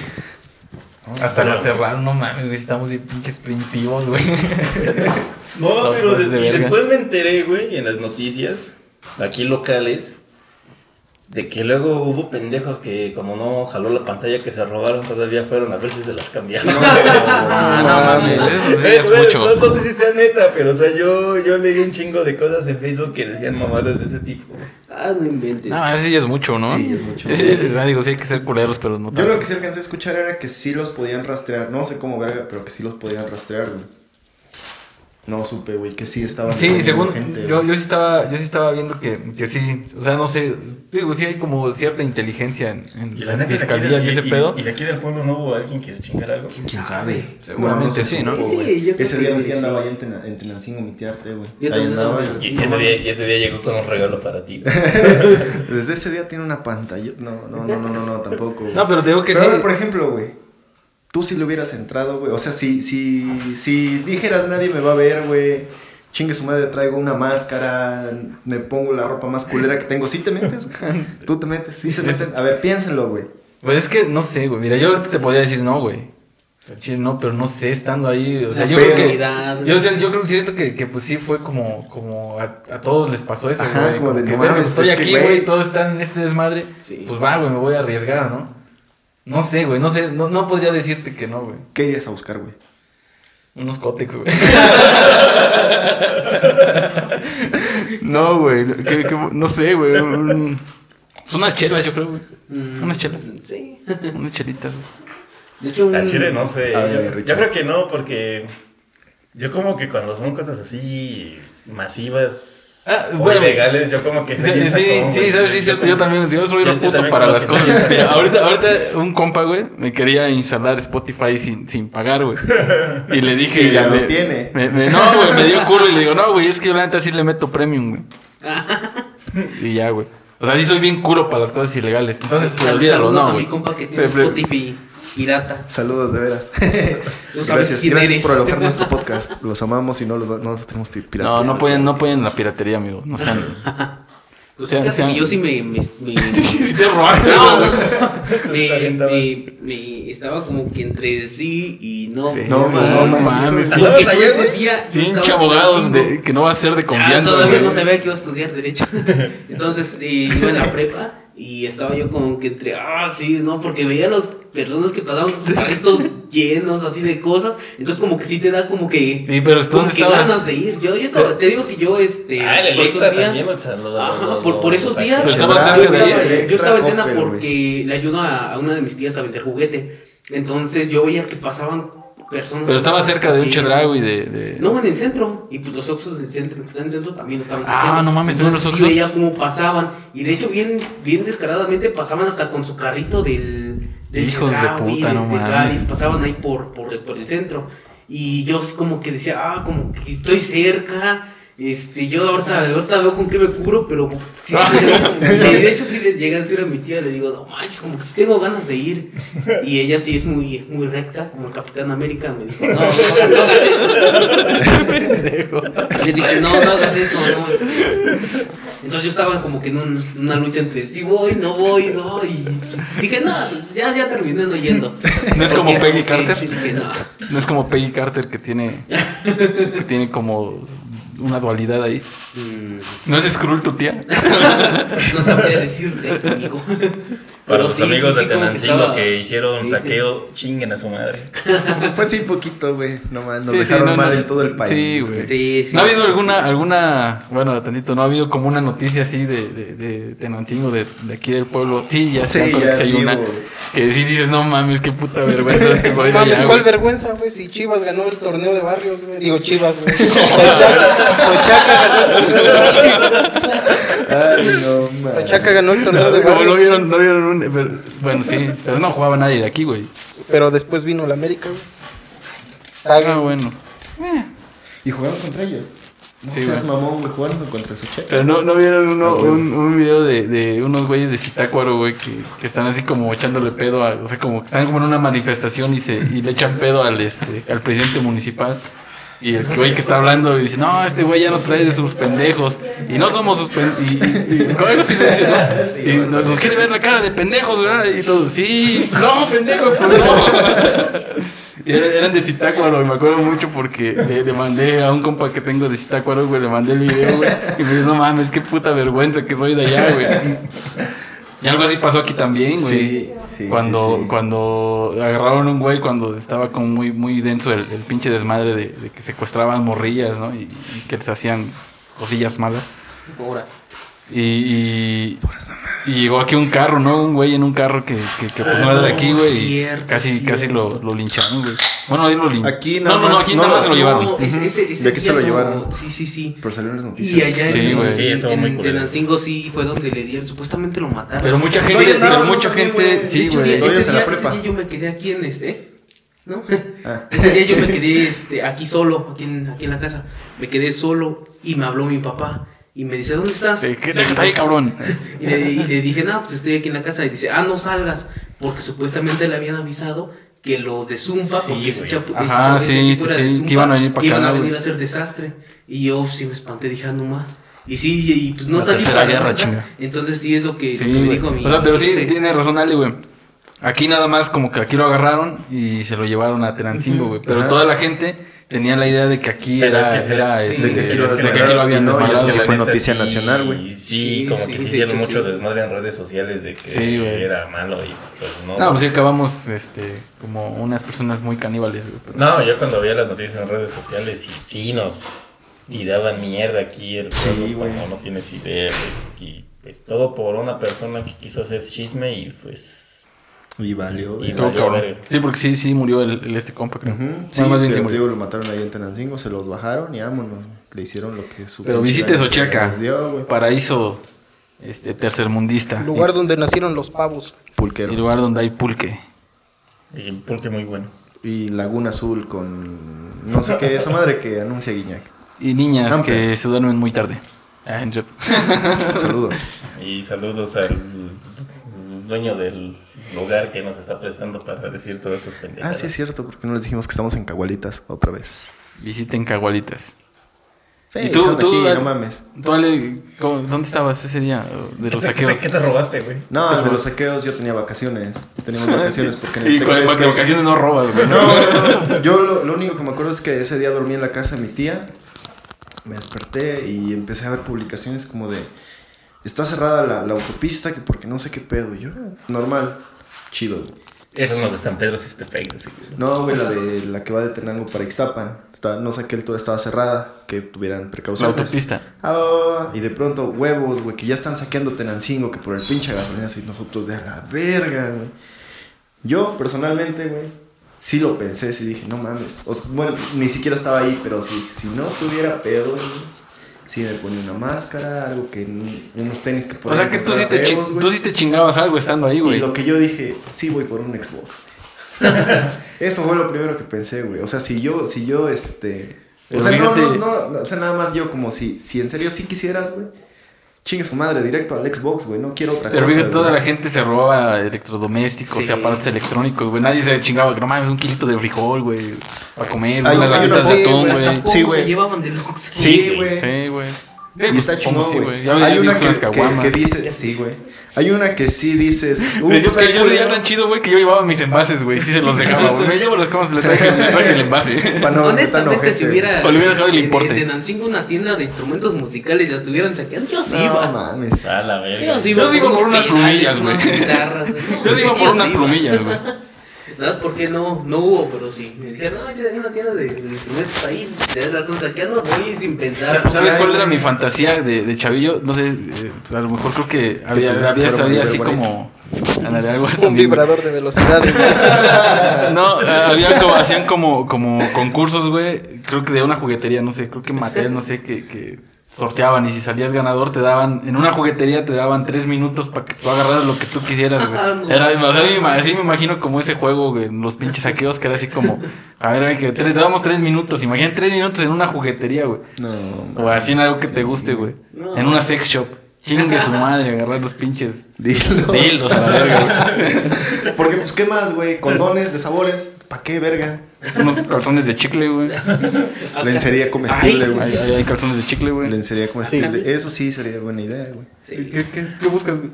Hasta la cerraron, no mames, güey, estamos bien pinches primitivos, güey. No, Los pero jueces des- de y verga. después me enteré, güey, en las noticias, aquí locales, de que luego hubo pendejos que como no jaló la pantalla que se robaron, todavía fueron a ver si se las cambiaron. Ah, no mames, eso sí Eh, es güey, mucho. No, no sé si sea neta, pero o sea, yo, yo leí un chingo de cosas en Facebook que decían mamadas de ese tipo. güey. Ah, no inventes. No, eso sí es mucho, ¿no? Sí, es mucho. Es- es- ah, digo, sí hay que ser culeros, pero no Yo tanto. lo que sí alcancé a escuchar era que sí los podían rastrear. No sé cómo verga, pero que sí los podían rastrear, güey. No supe, güey, que sí estaban. Sí, matando según gente, yo, güey. yo sí estaba, yo sí estaba viendo que, que sí, o sea, no sé, digo, sí hay como cierta inteligencia en, en Y la las neta, de aquí fiscalías del- y ese y- y- pedo. Y de aquí del pueblo no hubo alguien que se chingara algo. ¿Quién sabe? Seguramente se sí, ¿no? supo, Sí, güey. yo creo Ese que día mi tía sí. andaba ahí en, Tena- en Tenancingo, mi tía Arte, güey. Yo Ahí también andaba. andaba en Y güey. y ese día, y ese día llegó con un regalo para ti. güey. Desde ese día tiene una pantalla. No, no, no, no, no, no tampoco. güey. No, pero te digo que Pero, sí. güey, por ejemplo, güey. Tú si le hubieras entrado, güey. O sea, si, si, si dijeras nadie me va a ver, güey. Chingue su madre, traigo una máscara, me pongo la ropa más culera que tengo. ¿Sí te metes? güey? Tú te metes, sí se meten. A ver, piénsenlo, güey. Pues es que no sé, güey. Mira, yo ahorita te podría decir no, güey. Al chile No, pero no sé, estando ahí. O sea, La yo creo que. prioridad, güey. Yo, o sea, yo creo que siento que, que, pues sí fue como, como a, a todos les pasó eso, Ajá, güey. como Como de, que, no verga, mames, estoy es que, aquí, güey. güey, todos están en este desmadre. Sí. Pues va, güey, me voy a arriesgar, ¿no? No sé, güey, no sé, no, no podría decirte que no, güey. ¿Qué irías a buscar, güey? Unos cótex, güey. No, güey. que- que- no sé, güey. Pues unas chelas, yo creo, güey. Mm, Unas chelas. Sí. Unas chelitas, güey. De hecho, un... Al chile no sé. A ver, yo- yo, Richard. creo que no, porque yo como que cuando son cosas así masivas Ah, o bueno. ilegales, yo como que Sí, soy sí, bien sacón, sí, güey. sabes, sí, es cierto. Yo como- también, yo soy yo- yo reputo también para como las que cosas. soy- Mira, ahorita, ahorita un compa, güey, me quería instalar Spotify sin, sin pagar, güey. Y le dije. Y ya lo me- tiene. me- me- no, güey, me dio culo y le digo, no, güey, es que yo la neta sí le meto premium, güey. Y ya, güey. O sea, sí soy bien culo para las cosas ilegales. Entonces, pues, Saludos olvídalo, a no, mi güey. compa que tiene Pre- pre- Spotify. pirata. Saludos, de veras. Tú sabes gracias quién gracias eres. por alojar nuestro podcast. Los amamos y no los, no los tenemos piratas. No, no pueden, no pueden la piratería, amigo. No sean. Pues Sean- fíjate sean- que yo sí me... me- me- sí te robaste. No, no, no. Te Me, aventabas. me- me estaba como que entre sí y no. No, Eh, No mames. mames. Porque ¿Estabas todo allá, ese güey? día yo Pinche estaba abogado pensando- de- que no va a ser de Ah, confianza. todavía güey. no sabía que iba a estudiar Derecho. Entonces eh, iba en la prepa y estaba yo como que entre, ah, sí, no, porque veía a las personas que pasaban sus carritos llenos así de cosas. Entonces, como que sí te da como que. Y, pero como ¿dónde que estabas? ganas de ir. Yo, yo estaba- te digo que yo, este. Ah, el por esos Electra días- también, o sea, lo- Ajá, lo- por, lo- por lo esos saqué. días. Pero yo estabas estaba- cerca de ¿eh? ahí. Yo estaba en Electra, Tena Coppel, porque le ayudo a, a una de mis tías a vender juguete. Entonces, yo veía que pasaban personas. Pero estaba cerca de un Sí. chedrago y de. de- No, en el centro. Y pues los Oxxos del centro, que están en el centro, también estaban Ah, saqueando. no mames, ¿también los Entonces, Oxxos? Sí veía cómo pasaban. Y de hecho, bien, bien descaradamente pasaban hasta con su carrito del... del Hijos de Chedraui, puta, del- no del mames. Galis, Pasaban ahí por, por, el- por el centro. Y yo así como que decía, ah, como que estoy cerca... Este, yo ahorita, ahorita veo con qué me cubro, pero sí, y de hecho sí le llegué a decir a mi tía, le digo, no manches, como que sí tengo ganas de ir. Y ella sí es muy, muy recta, como el Capitán América, me dijo, no, no, no hagas eso. Me dice, no, no hagas eso, no. este. Entonces yo estaba como que en un- una lucha entre si voy, no voy, no. Y dije, no, pues ya, ya terminé no yendo. ¿No es como Porque- Peggy porque Carter? sí dije, no. No es como Peggy Carter que tiene. que tiene como una dualidad ahí. Mm, ¿No es Skrull tu tía? no sabría decirte, amigo. Para los sí, amigos sí, de sí, como Tenancingo estaba- que hicieron sí. saqueo, chinguen a su madre. Pues sí, poquito, güey. No más, nos Sí, sí, dejaron no, mal no. en todo el país. Sí, güey. Sí, sí. ¿No ha habido alguna, alguna, bueno, tantito, no ha habido como una noticia así de, de, de Tenancingo, de, de aquí del pueblo? Sí, ya sé, Sí, cuando ya sí hay sí una hubo. que sí dices, no mames, qué puta vergüenza es que soy de Mames, allá, cuál güey". vergüenza, güey, si Chivas ganó el torneo de barrios, güey. Digo Chivas, güey. Sochaca Sochaca ganó el torneo de barrios. Ay, no, man. Sochaca ganó el torneo de No, como barrios. no vieron, no vieron un, pero- bueno, sí, pero no jugaba nadie de aquí, güey. Pero después vino la América, güey. Ah, Saga, bueno. ¿Y jugaron contra ellos? No Sí, seas güey. mamón, güey. Jugaron contra Sochaca. Pero no, no vieron uno, Ah, bueno. un, un video de, de unos güeyes de Zitácuaro, güey, que, que están así como echándole pedo a, o sea, como que están como en una manifestación y se, y le echan pedo al este, al presidente municipal. Y el güey que está hablando dice, no, este güey ya no trae de sus pendejos. Y no somos sus pendejos. Y, y, y- algo así le dice, ¿no? Y nos, nos quiere ver la cara de pendejos, ¿verdad? Y todos, sí, no, pendejos, pues no. Y era- eran de Zitácuaro, y me acuerdo mucho porque le, le mandé a un compa que tengo de Zitácuaro, güey, le mandé el video, güey. Y me dice, no mames, qué puta vergüenza que soy de allá, güey. Y algo así pasó aquí también, güey. Sí, sí, Cuando, sí, sí. cuando agarraron un güey cuando estaba como muy, muy denso el, el pinche desmadre de, de que secuestraban morrillas, ¿no? Y, y que les hacían cosillas malas. Ahora. Y, y, y llegó aquí un carro, ¿no? Un güey en un carro que, que, que, pues no era de aquí, güey. y cierto, casi, cierto. casi lo, lo lincharon, güey. Bueno, ahí lo lincharon. Aquí no, nada no, no, más- aquí no, nada más se lo no. llevaron. No, ese- ese- ese ¿De qué se lo día no- llevaron? Sí, sí, sí. Pero salieron las noticias. Y allá en Sí, güey. Sí, estuvo muy en culero. Tenancingo sí fue donde le dieron, supuestamente lo mataron. Pero mucha Estoy gente, en pero Nava, mucha yo también, gente, güey. sí, Dicho güey. día- Todavía ese, se día, la prepa. ese día yo me quedé aquí en este, ¿eh? ¿no? Ah. Ese día yo me quedé este, aquí solo, aquí en, aquí en la casa. Me quedé solo y me habló mi papá y me dice, ¿dónde estás? Sí, Y ¿Qué le está ahí, digo- cabrón? y le, y le dije, no, pues estoy aquí en la casa. Y dice, ah, no salgas, porque supuestamente le habían avisado que los de Zumba, Sí, porque ese güey. chapu- ese Ajá, chavo- ese sí, tipo sí, era de sí, que Zumba, iban a venir pa' que iban acá, a venir güey. a hacer desastre. Y yo sí me espanté, dije, ah, no más. Y sí, y, y, pues no La salí. tercera para guerra, nada. chinga. Entonces sí es lo que, lo que Sí, me güey. dijo mi. este, O sea, pero sí, jefe. tiene razón Ale, güey. Aquí nada más como que aquí lo agarraron y se lo llevaron a Tenancingo, güey. Pero Ajá. toda la gente tenía la idea de que aquí Pero era, es que- era, sí, este, es que aquí de lo- que de que aquí lo habían no, desmadrado. es que güey. fue La neta, noticia sí, nacional, güey. Sí, Sí, como sí, que de hicieron hecho, mucho sí. desmadre en redes sociales de que Sí, güey. era malo y pues no. No, pues sí acabamos este, como unas personas muy caníbales, güey. pero- No, yo cuando veía las noticias en redes sociales y sí nos tiraban mierda aquí el pueblo como no tienes idea. güey. Y pues todo por una persona que quiso hacer chisme y pues Y valió, güey. Y Estuvo valió cabrón. verga. Sí, porque sí, sí murió el, el este compa, creo. Ujú. Bueno, Sí, más te- bien sí te murió. digo, lo mataron ahí en Tenancingo, se los bajaron y vámonos. Le hicieron lo que su Pero pinche visite ganas Sochaca, les dio, güey. paraíso este, tercermundista, lugar donde nacieron los pavos. el Pulquero. lugar donde hay pulque. y el pulque muy bueno. Y Laguna Azul con no sé qué, esa madre que anuncia Guiñac. Y niñas Ampe. que se duermen muy tarde. Ah, en cierto. Saludos. Y saludos al dueño del lugar que nos está prestando para decir todos estos Ah, pendejadas. sí, es cierto, porque no les dijimos que estamos en Cagualitas otra vez. Visiten Cagualitas. Sí, ¿Y tú- son tú, aquí, Dan? no mames. ¿Tú, Ale, cómo- ¿dónde estabas ese día de los saqueos? ¿Qué te robaste, güey? No, de los saqueos yo tenía vacaciones. Teníamos vacaciones porque en el Y con Tec- de vacaciones no robas, güey. No, no, no. yo lo, lo único que me acuerdo es que ese día dormí en la casa de mi tía, me desperté y empecé a ver publicaciones como de, está cerrada la, la autopista, que porque no sé qué pedo, Y yo, "Ah, normal, chido. güey. Eran los de San Pedro Sistepec, así, güey. No, güey, la, de, la que va de Tenango para Ixtapan, está- no sé a qué altura estaba cerrada, que tuvieran La precauciones. autopista. Ah, va, va, va. y de pronto, huevos, güey, que ya están saqueando Tenancingo, que por el pinche gasolina, y nosotros de a la verga, güey. Yo, personalmente, güey, sí lo pensé, sí dije, no mames. O sea, bueno, ni siquiera estaba ahí, pero sí, si no tuviera pedo, güey, sí me ponía una máscara, algo que, ni- unos tenis que O sea que tú sí, te chi- chingabas, tú sí te chingabas algo estando ahí, pues, Y güey. lo que yo dije, sí voy por un Xbox. Eso fue lo primero que pensé, güey. O sea, si yo, si yo, este. O Pero sea, no, no, fíjate- no, no, o sea, nada más yo como si, si en serio sí quisieras, güey. Chingue su madre, directo al Xbox, güey. No quiero otra Pero cosa. fíjate, toda güey. la gente se robaba electrodomésticos, Sí. o sea, aparatos electrónicos, güey. Nadie se chingaba, no mames, un kilito de frijol, güey. Para comer, Hay- unas hay latitas una de foto, atún, güey, güey. Hasta Sí, focos güey. se llevaban del Oxxo. Sí, güey. Sí, güey. Y está chingón, Sí, güey. güey. Ya ves, Hay ya una dijo que, las que- caguamas. que dice. Sí, güey. Hay una que sí dices. Pero es pues, que yo güey, sería tan chido, güey, que yo llevaba mis envases, güey. Sí se los dejaba, güey. Me llevo las camas, le traje, le traje el envase. pa' no- Honestamente, tan ojete, si hubiera. O le hubiera dejado el en- en- importe. En Nancingo una tienda de instrumentos musicales y la estuvieran saqueando, yo sí güey. No iba. mames. A Ah, la Sí, verga. Yo sí iba Yo digo unos por unas pedales, plumillas, güey. unas guitarras, güey. No, Yo digo por unas sí iba. plumillas, güey. ¿Sabes por qué no, no hubo? Pero sí. Me dijeron, no, yo en una tienda de instrumentos ahí, ustedes la están saqueando, voy sin pensar. Pues ¿Sabes sí, cuál güey. era mi fantasía de, de chavillo? No sé, eh, a lo mejor creo que había, tuviera había, cuerpo había de así guarito. como... ándale, algo Un también, güey. vibrador de velocidad. güey. No, eh, había como, hacían como, como concursos, güey. Creo que de una juguetería, no sé, creo que Mattel, no sé, que, que sorteaban y si salías ganador te daban, en una juguetería te daban tres minutos para que tú agarraras lo que tú quisieras, güey. Ah, no. Era, o sea, me ima- así me imagino como ese juego, güey, los pinches saqueos que era así como, a ver, güey, que tres- te damos tres minutos, imagínate tres minutos en una juguetería, güey. No, O así en algo que te guste, güey. No. En una sex shop. Chingue su madre, agarrar los pinches dilo. dildos a la verga, güey. Porque, pues, ¿qué más, güey? Condones de sabores. ¿Pa' qué, verga? Unos cartones de chicle, güey. Lencería comestible, Ay. güey. Hay, hay- hay calzones de chicle, güey. Lencería comestible. Eso sí sería buena idea, güey. Sí. buscas, güey?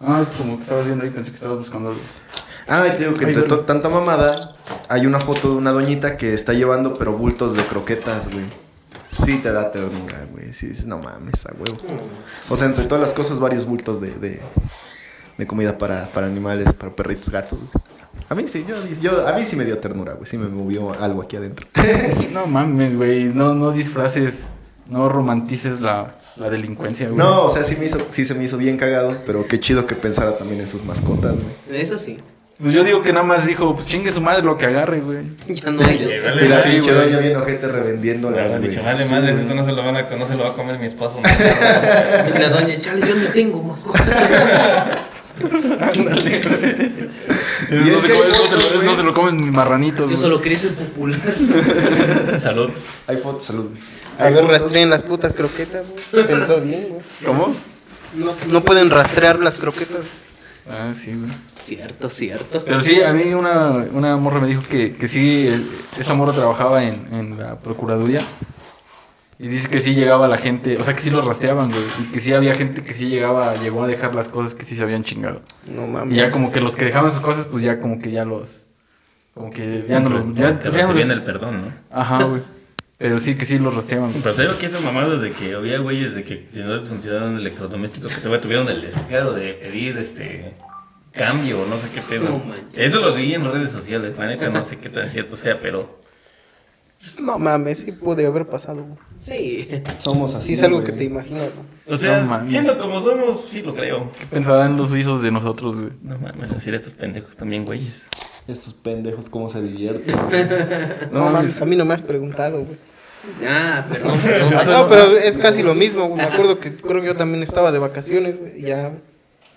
Ah, es como que estabas viendo ahí, pensé que estabas buscando algo. Ah, y te digo que Ay, entre verga. to- tanta mamada hay una foto de una doñita que está llevando pero bultos de croquetas, güey. Sí te da ternura, güey. Sí dices, no mames, a huevo. O sea, entre todas las cosas, varios bultos de, de, de comida para, para animales, para perritos, gatos, güey. A mí sí, yo, yo- a mí sí me dio ternura, güey. Sí me movió algo aquí adentro. No mames, güey. No, no disfraces, no romantices la, la delincuencia, güey. No, o sea, sí, me hizo, sí se me hizo bien cagado, pero qué chido que pensara también en sus mascotas, güey. Eso sí. Pues yo digo que nada más dijo, pues chingue su madre lo que agarre, güey. Ya no hay. Ay, vale, Mira, sí, sí, güey. quedó yo bien ojete revendiéndolas, Hubieran güey. dicho, vale, madre, esto no se lo van a no se lo va a comer mi esposo. ¿no? Y La doña Charlie, yo no tengo mascota. Ándale, güey. Y No es se que hay come- no se fotos, lo- güey. no se lo comen mis marranitos, Yo güey. solo quería ser popular. Salud. Hay fotos, salud, güey. A Hay ver, fotos- rastreen las putas croquetas, güey. Pensó bien, güey. ¿Cómo? No, no pueden rastrear las croquetas. Ah, sí, güey. Cierto, cierto. Pero sí, a mí una, una morra me dijo que, que sí, el- esa morra trabajaba en, en la Procuraduría. Y dice que sí llegaba la gente, o sea que sí los rastreaban, güey. Y que sí había gente que sí llegaba, llegó a dejar las cosas que sí se habían chingado. No Y mames. ya como que los que dejaban sus cosas, pues ya como que ya los... Como que ya no los... Ya, Que ya no recibían los el perdón, ¿no? ajá, güey. Pero sí que sí los rastreaban, güey. Pero te digo que esas mamadas de que había güeyes de que si no eres un ciudadano electrodoméstico que todavía tuvieron el descaro de pedir este cambio o no sé qué pedo. No manches. Eso lo vi en redes sociales, la neta no sé qué tan cierto sea, pero No mames, sí puede haber pasado, güey. Sí. Somos Sí así. es algo güey. que te imaginas, güey. o sea, No mames. siendo como somos, sí lo creo. ¿Qué pensarán los suizos de nosotros, güey? No mames, decir estos pendejos también güeyes. Estos pendejos cómo se divierten. No, No mames. mames, a mí no me has preguntado, güey. Ah, perdón, perdón. No, pero es casi lo mismo, güey. Me acuerdo que creo que yo también estaba de vacaciones, güey. y Ya.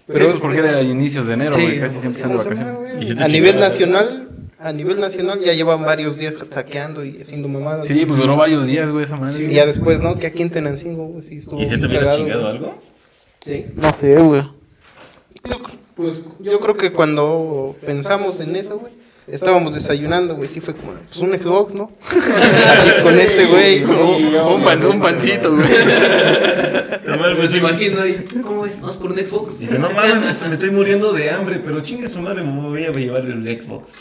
Pero Pero es pues, porque era inicios de enero, Sí, güey. Casi siempre están de ¿Cómo se llama, vacaciones. Pues, güey? Y si te a nivel chingas. nacional, a nivel nacional ya llevan varios días saqueando y haciendo mamadas. Sí, pues duró varios días, güey, esa madre. Y ya después, ¿no? Que aquí en Tenancingo, güey, sí estuvo ¿Y si te bien hubieras cagado, chingado güey. algo? Sí. No sé, güey. Pues yo creo que cuando pensamos en eso, güey, estábamos desayunando, güey, sí fue como, pues un Xbox, ¿no? Y con este güey, Un- un, pan- un pancito, güey. Me los imagino ahí. ¿Cómo es? ¿Vamos por un Xbox? Pues Dice, no mames, me estoy muriendo de hambre, pero chingue su madre, me voy a llevar el Xbox.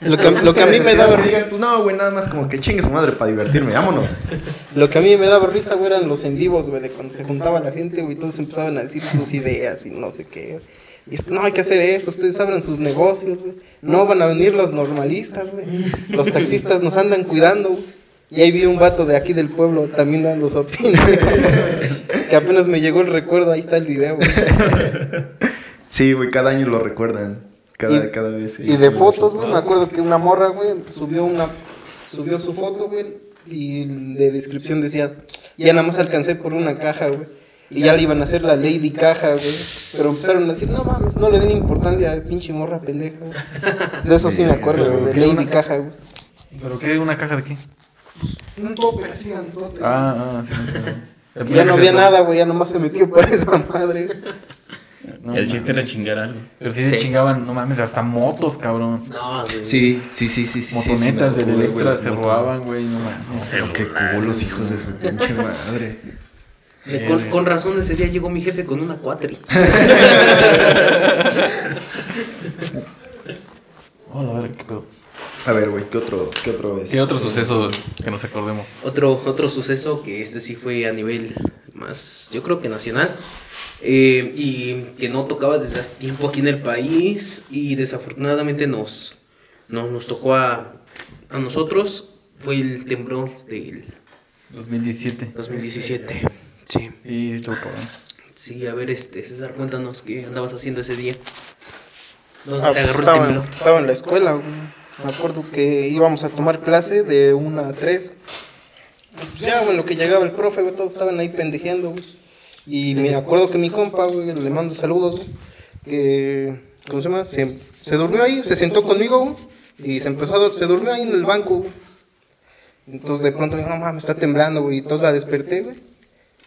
lo que, lo que a mí me da daba Pues no, güey, nada más como que chingue su madre para divertirme, vámonos. Lo que a mí me daba risa, güey, eran los en vivos, güey, de cuando se juntaba la gente, güey, todos empezaban a decir sus ideas y no sé qué. Y es que no hay que hacer eso, ustedes abran sus negocios, güey. No van a venir los normalistas, güey. Los taxistas nos andan cuidando, güey. Y ahí vi un vato de aquí del pueblo también dando su opinión. que apenas me llegó el recuerdo, ahí está el video, güey. Sí, güey, cada año lo recuerdan. Cada, Y- cada vez. sí, Y de sí, fotos, güey, me acuerdo que una morra, güey, subió una subió su foto, güey, y de descripción decía, ya nada más alcancé por una caja, güey. Y ya le iban a hacer la Lady Caja, güey. Pero empezaron a decir, no mames, no le den importancia a pinche morra pendeja. güey". De eso sí me acuerdo, güey, de Lady Caja, güey. ¿Pero qué? ¿Una caja de qué? Un tope así, grandote, güey. Ah, ah, sí. sí, sí. Ya no había nada, güey, ya nomás se metió por esa madre. güey. No, el chiste era chingar algo. Pero sí se chingaban, no mames, hasta motos, cabrón. No, güey. Sí, sí, sí, sí. sí, Motonetas sí, me de acuerdo, güey, Electra las se motos. robaban, güey, no mames. Pero qué culos hijos de su pinche madre. De- Eh, Con, con razón ese día llegó mi jefe con una cuatri. Hola, a ver, qué pedo. A ver, güey, ¿qué otro, qué otro es? ¿Qué otro suceso que nos acordemos? Otro, otro suceso que este sí fue a nivel más, yo creo que nacional, eh, y que no tocaba desde hace tiempo aquí en el país, y desafortunadamente nos, nos, nos tocó a, a nosotros, fue el temblor del 2017. 2017. Sí, Y estuvo cabrón. sí, a ver, este, César, cuéntanos qué andabas haciendo ese día. ¿Dónde Ah, te pues, agarró el estaba, temblor? estaba en la escuela, güey. Me acuerdo que íbamos a tomar clase de 1 a 3. Pues ya, güey, en lo que llegaba el profe, güey, todos estaban ahí pendejeando, güey. Y me acuerdo que mi compa, güey, le mando saludos, güey, que, ¿cómo se llama? Se, se durmió ahí, se sentó conmigo, güey, y se empezó a, dur- se durmió ahí en el banco, güey. Entonces de pronto, no mames, está temblando, güey, y todos la desperté, güey.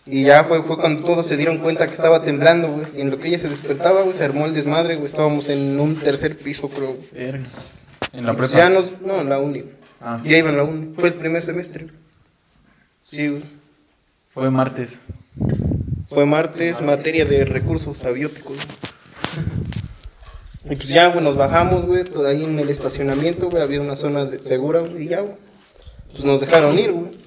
Y ya fue, fue cuando todos se dieron cuenta que estaba temblando, güey. Y en lo que ella se despertaba, güey, se armó el desmadre, güey. Estábamos en un tercer piso, creo. güey. Vergas. En la Y pues prepa. Ya nos, no, en la uni. Ah, Ya iba en la uni. Fue el primer semestre. güey. Sí, güey. fue martes. Fue martes, materia de recursos abióticos. güey. Y pues ya, güey, nos bajamos, güey. todo Ahí en el estacionamiento, güey, había una zona de- segura, güey. Y ya, güey. Pues nos dejaron ir, güey.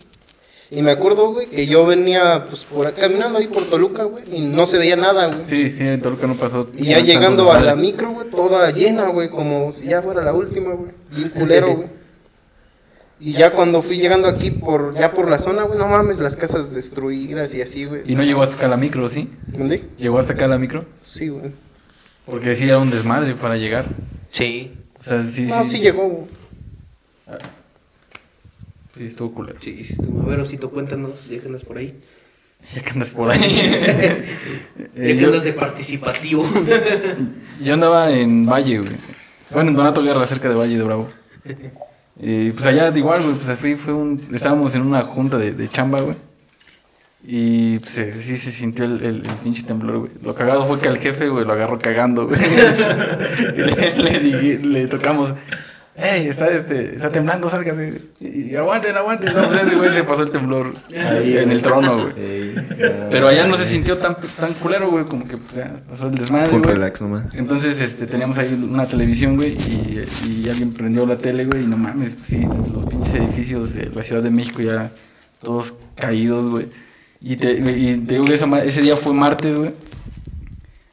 Y me acuerdo, güey, que yo venía, pues, por acá, caminando ahí por Toluca, güey. Y no se veía nada, güey. Sí, sí, en Toluca no pasó. Y ya tanto llegando a desmadre. la micro, güey, toda llena, güey, como si ya fuera la última, güey. Bien culero, güey. Y ya cuando fui llegando aquí por ya por la zona, güey, no mames, las casas destruidas y así, güey. Y no llegó a sacar la micro, ¿sí? ¿Mandé? Llegó a sacar la micro. Sí, güey. Porque sí era un desmadre para llegar. Sí, O sea, sí, No, sí. sí llegó, güey. Sí, estuvo culero. sí, sí, tú, a ver, Osito, cuéntanos, ya que andas por ahí. Ya que andas por ahí. Ya Eh, que yo, andas de participativo. yo andaba en Valle, güey. Bueno, en Donato Lerda, cerca de Valle de Bravo. Y pues allá igual, güey, pues así fue un... Estábamos en una junta de, de chamba, güey. Y pues eh, sí se sintió el, el- el pinche temblor, güey. Lo cagado fue que al jefe, güey, lo agarró cagando, güey. Y le, le dije- le tocamos, ¡Ey, está, este, está temblando, sálgase! Y, y aguanten, aguanten. No, pues ese güey se pasó el temblor ahí en el trono, güey. Ey, Pero allá no se sintió tan, tan culero, güey, como que pues, ya pasó el desmadre, Fue un güey. relax nomás. Entonces, este, teníamos ahí una televisión, güey, y, y alguien prendió la tele, güey, y no mames, pues, sí, los pinches edificios de la Ciudad de México ya todos caídos, güey. Y te, y te digo que esa ma- ese día fue martes, güey.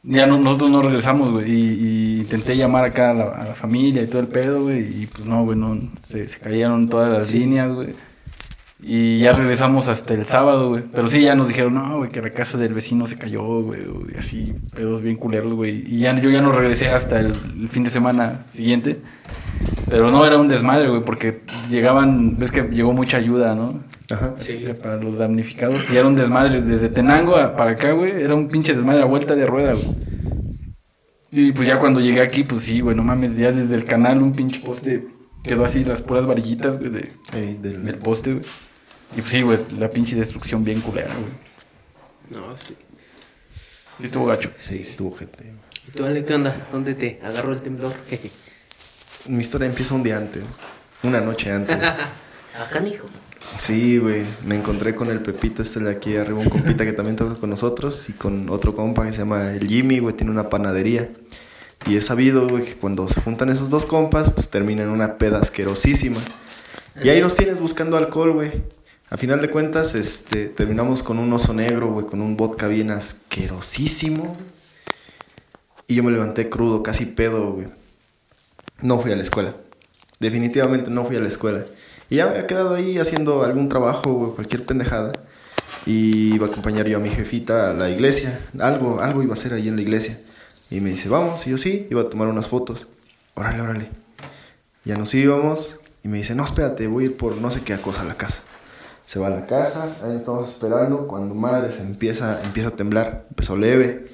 Ya no, nosotros no regresamos, güey, y, y intenté llamar acá a la, a la familia y todo el pedo, güey, y pues no, güey, no, se, se cayeron todas las líneas, güey. Y ya regresamos hasta el sábado, güey. Pero sí, ya nos dijeron, no, güey, que la casa del vecino se cayó, güey. Y así, pedos bien culeros, güey. Y ya, yo ya no regresé hasta el, el fin de semana siguiente. Pero no, era un desmadre, güey, porque llegaban, ves que llegó mucha ayuda, ¿no? Ajá. Sí. Este, Para los damnificados. Y era un desmadre desde Tenango a- para acá, güey. Era un pinche desmadre a vuelta de rueda, güey. Y pues ya cuando llegué aquí, pues sí, güey, no mames, ya desde el canal un pinche poste quedó así, las puras varillitas, güey, de, Ey, del- del poste, güey. Y pues sí, güey, la pinche destrucción bien culera, güey. No, sí. Sí estuvo gacho. Sí, estuvo gente. ¿Y tú, Ale, qué onda? ¿Dónde te agarró el temblor? Jeje. Mi historia empieza un día antes, una noche antes. Ah, canijo. Sí, güey, me encontré con el Pepito, este de aquí arriba, un compita que también toca con nosotros, y con otro compa que se llama el Jimmy, güey, tiene una panadería. Y he sabido, güey, que cuando se juntan esos dos compas, pues terminan una peda asquerosísima. Y ahí nos tienes buscando alcohol, güey. A final de cuentas, este, terminamos con un oso negro, güey, con un vodka bien asquerosísimo. Y yo me levanté crudo, casi pedo, güey. No fui a la escuela. Definitivamente no fui a la escuela. Y ya me había quedado ahí haciendo algún trabajo, güey, cualquier pendejada. Y iba a acompañar yo a mi jefita a la iglesia. Algo, algo iba a hacer ahí en la iglesia. Y me dice, vamos. Y yo sí, iba a tomar unas fotos. Órale, órale. Ya nos íbamos. Y me dice, no, espérate, voy a ir por no sé qué cosa a la casa. Se va a la casa, ahí estamos esperando. Cuando madres empieza, empieza a temblar, empezó leve.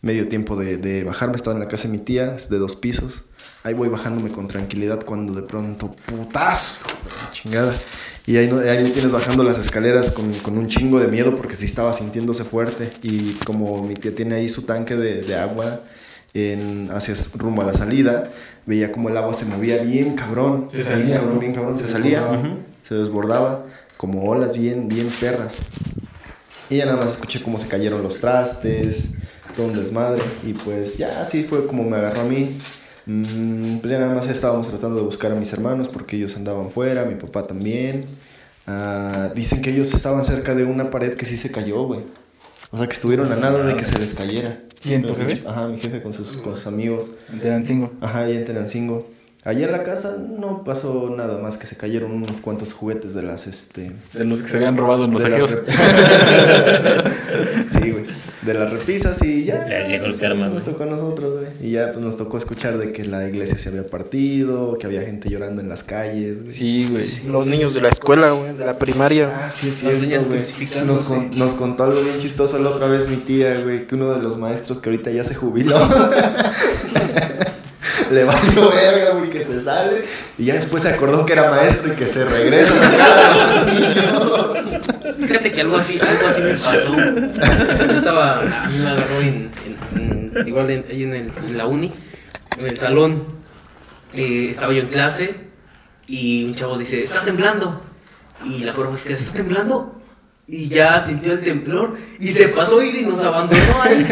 Medio tiempo de, de bajarme, estaba en la casa de mi tía, es de dos pisos. Ahí voy bajándome con tranquilidad cuando de pronto, putazo, hijo de la chingada. Y ahí, no- ahí me tienes bajando las escaleras con, con un chingo de miedo porque sí estaba sintiéndose fuerte. Y como mi tía tiene ahí su tanque de, de agua en, hacia rumbo a la salida, veía como el agua se movía bien cabrón. Se salía, bien cabrón, ¿no? bien cabrón, se, Se salía. desbordaba. ujú, se desbordaba como olas bien, bien perras. Y ya nada más escuché cómo se cayeron los trastes, todo un desmadre. Y pues ya así fue como me agarró a mí. Mm, pues ya nada más estábamos tratando de buscar a mis hermanos porque ellos andaban fuera, mi papá también. Ah, dicen que ellos estaban cerca de una pared que sí se cayó, güey. O sea, que estuvieron a nada de que se les cayera. ¿Quién, tu jefe? Ajá, mi jefe con sus, con sus amigos. Terancingo. Ajá, ahí en Tenancingo. Allá en la casa no pasó nada más que se cayeron unos cuantos juguetes de las, este... De los que se habían robado en los de las saqueos. rep- sí, güey. De las repisas y ya. Les llegó el Sí, karma, Nos güey. tocó a nosotros, güey. Y ya pues, nos tocó escuchar de que la iglesia se había partido, que había gente llorando en las calles. güey. Sí, güey. Los niños de la escuela, güey, de la primaria. güey. Ah, sí, es Las niñas cierto, güey. crucificándose. Nos, con- nos contó algo bien chistoso la otra vez mi tía, güey, que uno de los maestros que ahorita ya se jubiló. Le valió verga, güey, que se sale. Y ya después se acordó que era maestro y que se regresa. Fíjate que algo así, algo así me pasó. Yo estaba, a mí me agarró en, en- en- igual en, ahí en, el- en la uni, en el salón. Eh, estaba yo en clase y un chavo dice, está temblando. Y la profe es que está temblando. Y ya sintió el temblor y se pasó a ir y nos abandonó ahí.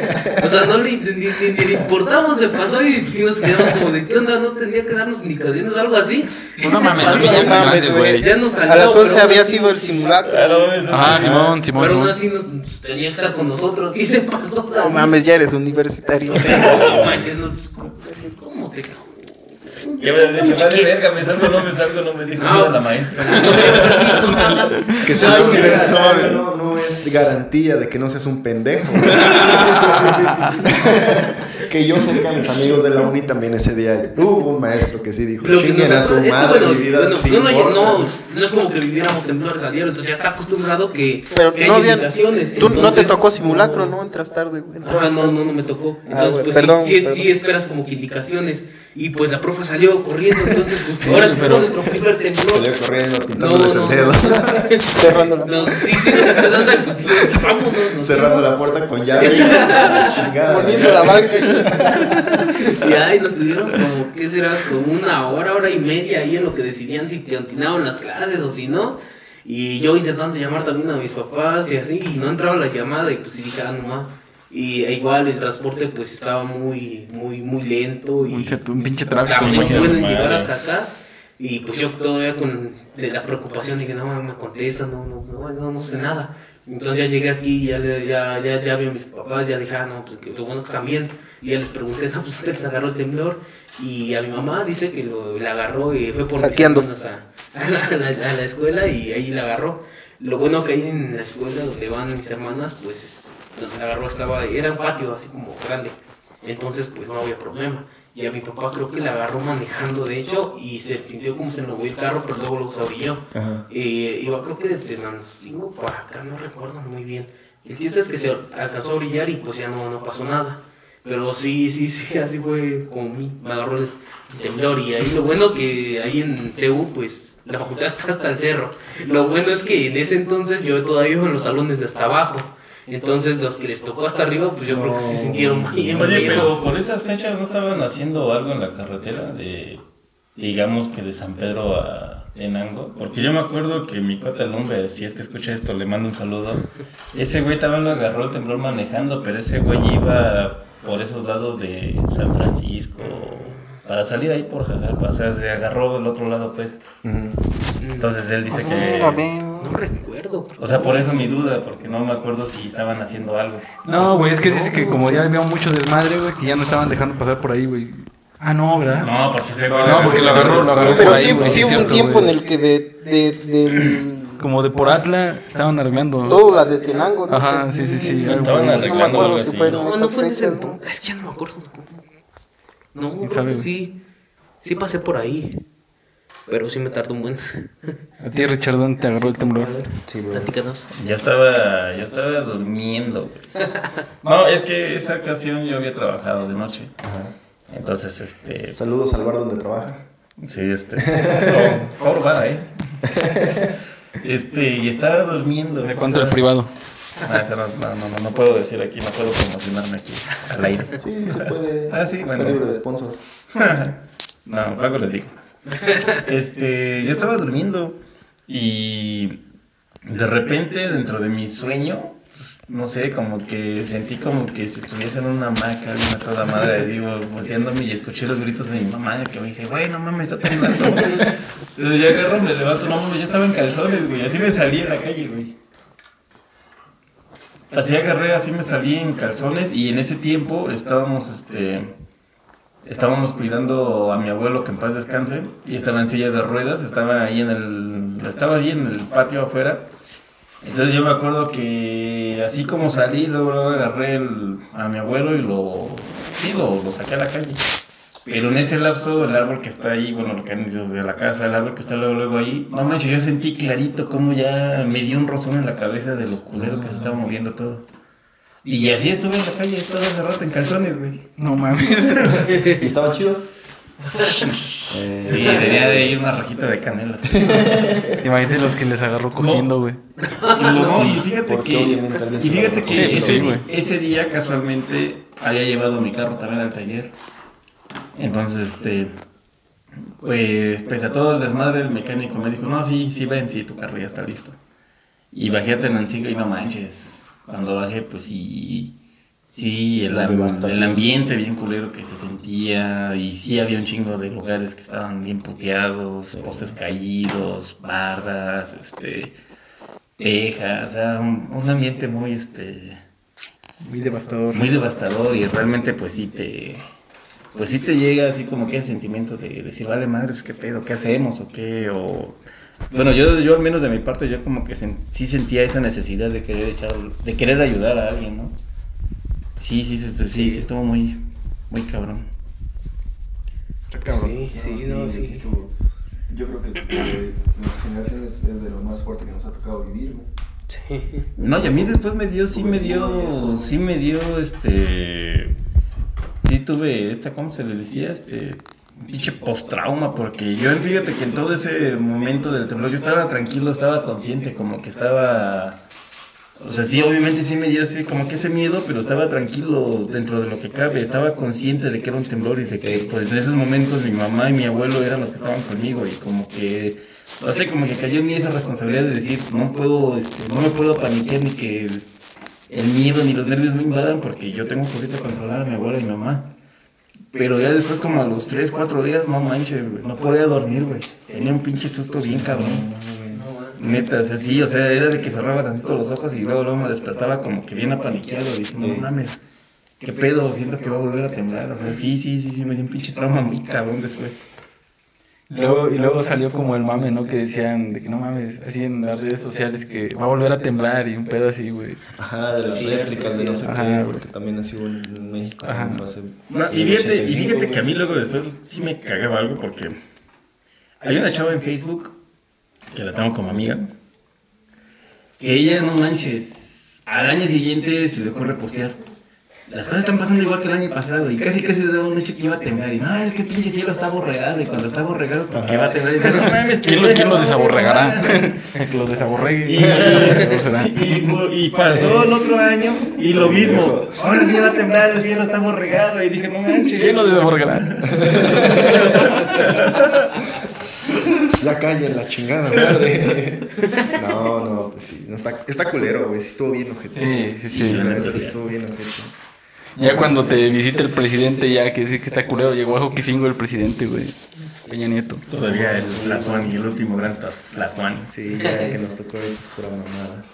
O sea, no le, ni, ni- ni le importamos, se pasó a ir y pues sí nos quedamos como de qué onda, no tendría que darnos indicaciones o algo así. Y Pues no se mames, pasó. los niños están grandes, güey. Ya nos A las salió, pero 11 aún había así- sido el simulacro. Claro, eso- Ah, Simón, Simón, pero aún Simón. así nos, nos tenía que estar con nosotros. Y se pasó. o sea, No mames, ya eres universitario. O sea, no manches, no, pues, ¿cómo, cómo te Ya me habías dicho, vale, Chiquito. verga, me salgo, no me salgo, no me dijo No. nada la maestra. No me permiso nada. que Ay, seas sí, universitario no, no es garantía de que no seas un pendejo. que yo sé que a mis amigos de la uni también ese día hubo un maestro que sí dijo, Lo que chinguen a nos su es que, madre, bueno, mi vida bueno, sí no, no, importa". no, no es como que viviéramos temblores a diario, entonces ya está acostumbrado que, Pero que no hay había. indicaciones, Tú no te entonces- tocó simulacro, ¿no? Entras tarde, güey. Ah, no, no, no me tocó. Ah, Entonces, güey, pues perdón, sí, sí, perdón. sí esperas como que indicaciones. Y pues la profa salió corriendo, entonces pues ahora sí pero- fue nuestro primer temblor. Salió corriendo No, pintándoles no, el dedo. no, Cerrando la. no, sí, sí, nos sacó de onda, pues digo, vámonos. nos Cerrando la puerta con llave. Chingada. Poniendo la banca. Y ahí nos tuvieron como, ¿qué será? Como una hora, hora y media ahí en lo que decidían si continuaban las clases o si no. Y yo intentando llamar también a mis papás y así, y no entraba la llamada y pues sí dije, ah, no ma". Y e igual el transporte pues estaba muy, muy, muy lento y Un chet- un pinche tráfico, me también imagino. pueden Madre. llegar hasta acá. Y pues yo todavía con de la preocupación dije, no, no me contesta, no, no, no, no, no sé nada. Entonces ya llegué aquí, ya, le- ya, ya, ya vi a mis papás, ya dije, ah, no, pues que, lo bueno que están bien. Y ya les pregunté, no, pues usted les agarró el temblor. Y a mi mamá dice que lo, la agarró y fue por mis Saqueando. hermanos a, a la, a la- a la escuela y ahí la agarró. Lo bueno que ahí en la escuela donde van mis hermanas, pues es- donde la agarró estaba, era un patio así como grande. Entonces, pues no había problema. Y a mi papá creo que la agarró manejando, de hecho, y se sintió como se movió el carro, pero luego lo se orilló. Ajá. Eh, iba creo que desde Nancingo para acá, no recuerdo muy bien. El chiste es que se alcanzó a brillar y pues ya no, no pasó nada. Pero sí, sí, sí, así fue como mi- me agarró el temblor. Y ahí lo bueno que ahí en CEU, pues la facultad está hasta el cerro. Lo bueno es que en ese entonces yo todavía iba en los salones de hasta abajo. Entonces los que les tocó hasta arriba, pues yo creo que se sintieron bien. Oye, pero feos. por esas fechas no estaban haciendo algo en la carretera de, digamos que de San Pedro a Tenango. Porque yo me acuerdo que mi cuate Lumber, si es que escucha esto, le mando un saludo. Ese güey también lo agarró el temblor manejando, pero ese güey iba por esos lados de San Francisco. Para salir ahí por Jajalpa, o sea, se agarró del otro lado, pues. Entonces él Ah, dice A que. ver. No recuerdo. O sea, por eso mi duda, porque no me acuerdo si estaban haciendo algo. No, güey, es que dices que como ya había mucho desmadre, güey, que ya no estaban dejando pasar por ahí, güey. Ah, no, ¿verdad? No, porque ese güey. No, porque lo agarró, lo agarró Pero Ah, por ahí, eh, sí, güey. sí es hubo un cierto, tiempo en güey. el que de, de, del- Como de por Atla estaban arreglando. todo la de Tenango, ¿no? Ajá, sí, sí, sí. algo Estaban por ahí. No me arreglando algo acuerdo si así. fue en No, esas no fue en ese fechas, ¿no? entonces. Es que ya no me acuerdo. No, creo sabe, que güey? sí. Sí pasé por ahí. Pero sí me tardó un buen. A ti, Richardón, te agarró el temblor. Sí, bro. Platícanos. Yo estaba, yo estaba durmiendo. güey. No, es que esa ocasión yo había trabajado de noche. Entonces, este, Saludos al bar donde trabaja. sí, este, cor- corvada, ¿eh? Este, y estaba durmiendo. ¿De cuánto el privado? Ah, esa no, no, no, no, no puedo decir aquí, no puedo promocionarme aquí al aire. Sí, sí se puede. Ah, sí, Está bueno. libre de sponsors. No, luego les digo. Este, yo estaba durmiendo y de repente dentro de mi sueño, pues, no sé, como que sentí como que si estuviese en una hamaca, bien a toda madre, digo, volteándome y escuché los gritos de mi mamá que me dice, güey, no mames, está temblando. Entonces yo agarro, me levanto, no mames, yo estaba en calzones, güey, así me salí a la calle, güey. Así agarré, así me salí en calzones y en ese tiempo estábamos, este... Estábamos cuidando a mi abuelo que en paz descanse y estaba en silla de ruedas, estaba ahí en el estaba allí en el patio afuera. Entonces yo me acuerdo que así como salí, luego, luego agarré el- a mi abuelo y lo sí, lo, lo saqué a la calle. Pero en ese lapso el árbol que está ahí, bueno, lo que han dicho de la casa, el árbol que está luego, luego ahí, no manches, yo sentí clarito cómo ya me dio un rozón en la cabeza de lo culero que se estaba moviendo todo. Y así estuve en la calle todo ese rato en calzones, güey. No mames. ¿Y estaban chidos? Eh, Sí, tenía de ir una rajita de canela. Imagínate los que les agarró cogiendo, güey. Y lo- no, y fíjate porque que, obviamente alguien y se fíjate lo robó. que Sí, pues ese, sí, güey. ese día casualmente había llevado mi carro también al taller. Entonces, este, pues pese a todo el desmadre, el mecánico me dijo, no, sí, sí, ven, sí, tu carro ya está listo. Y bajé a Tenancingo y no manches, cuando bajé, pues sí, sí, el, am- el ambiente bien culero que se sentía y sí había un chingo de lugares que estaban bien puteados, postes caídos, bardas, este... Texas, o sea, un, un ambiente muy, este, Muy devastador. muy devastador y realmente pues sí te, pues sí te llega así como que el sentimiento de decir, vale madres, qué pedo, qué hacemos o qué, o... Bueno, yo, yo al menos de mi parte, yo como que sen- sí sentía esa necesidad de querer echar, de querer ayudar a alguien, ¿no? Sí, sí, sí, sí, sí, sí, estuvo muy, muy cabrón. Sí, sí, no, sí. estuvo. Yo creo que de nuestras generaciones es de lo más fuerte que nos ha tocado vivir, güey. Sí. No, y a mí después me dio, sí me dio, sí me dio, este, sí tuve esta, ¿cómo se les decía? Este, pinche postrauma, porque yo, fíjate que en todo ese momento del temblor yo estaba tranquilo, estaba consciente, como que estaba, o sea, sí, obviamente sí me dio así, como que ese miedo, pero estaba tranquilo dentro de lo que cabe, estaba consciente de que era un temblor y de que, pues, en esos momentos mi mamá y mi abuelo eran los que estaban conmigo y como que... No sé, como que cayó en mí esa responsabilidad de decir, no puedo, este, no me puedo paniquear ni que el, el miedo ni los nervios me invadan porque yo tengo que ahorita controlar a mi abuela y mi mamá. Pero ya después, como a los 3, 4 días, no manches, güey, no podía dormir, güey. Tenía un pinche susto bien cabrón. Neta, o sea, sí, o sea, era de que cerraba tantito los ojos y luego, luego me despertaba como que bien apaniqueado, diciendo, no mames, qué pedo, siento que va a volver a temblar. O sea, sí, sí, sí, sí, me dio un pinche trauma muy cabrón después. Luego, y luego salió como el mame, ¿no? Que decían de que no mames, así en las redes sociales que va a volver a temblar y un pedo así, güey. Ajá, de las réplicas de no sé Ajá, qué, güey. porque también así hubo en México. Ajá. ¿no? Hace- No, y, en el fíjate, y 85, fíjate que a güey. mí luego después sí me cagaba algo porque hay una chava en Facebook que la tengo como amiga. Que ella, no manches, al año siguiente se le ocurre postear. Las cosas están pasando igual que el año pasado y casi casi se daba un hecho que iba a temblar. Y no, es que pinche cielo está borregado y cuando está borregado, ¿por qué va a temblar? Y dice, no mames, ¿Quién lo, pendejo, quién lo no, desaborregará? Que lo desaborregue. Y, ¿Cómo será? y- y- y pasó el otro año y lo mismo. Ahora sí va a temblar, el cielo está borregado. Y dije, no manches. ¿Quién lo desaborregará? La calle, la chingada madre. No, no, pues sí. no está, está culero, güey. Sí estuvo bien objetivo. Sí, sí, sí. La la neta neta sí sí. estuvo bien objetivo. Ya cuando te visita el presidente, ya que decir que está culero, llegó a Joquisingo el presidente, güey. Peña Nieto. Todavía es Tlatuani, el último gran Tlatuani. Sí, ya que nos tocó ir, pues pura mamada.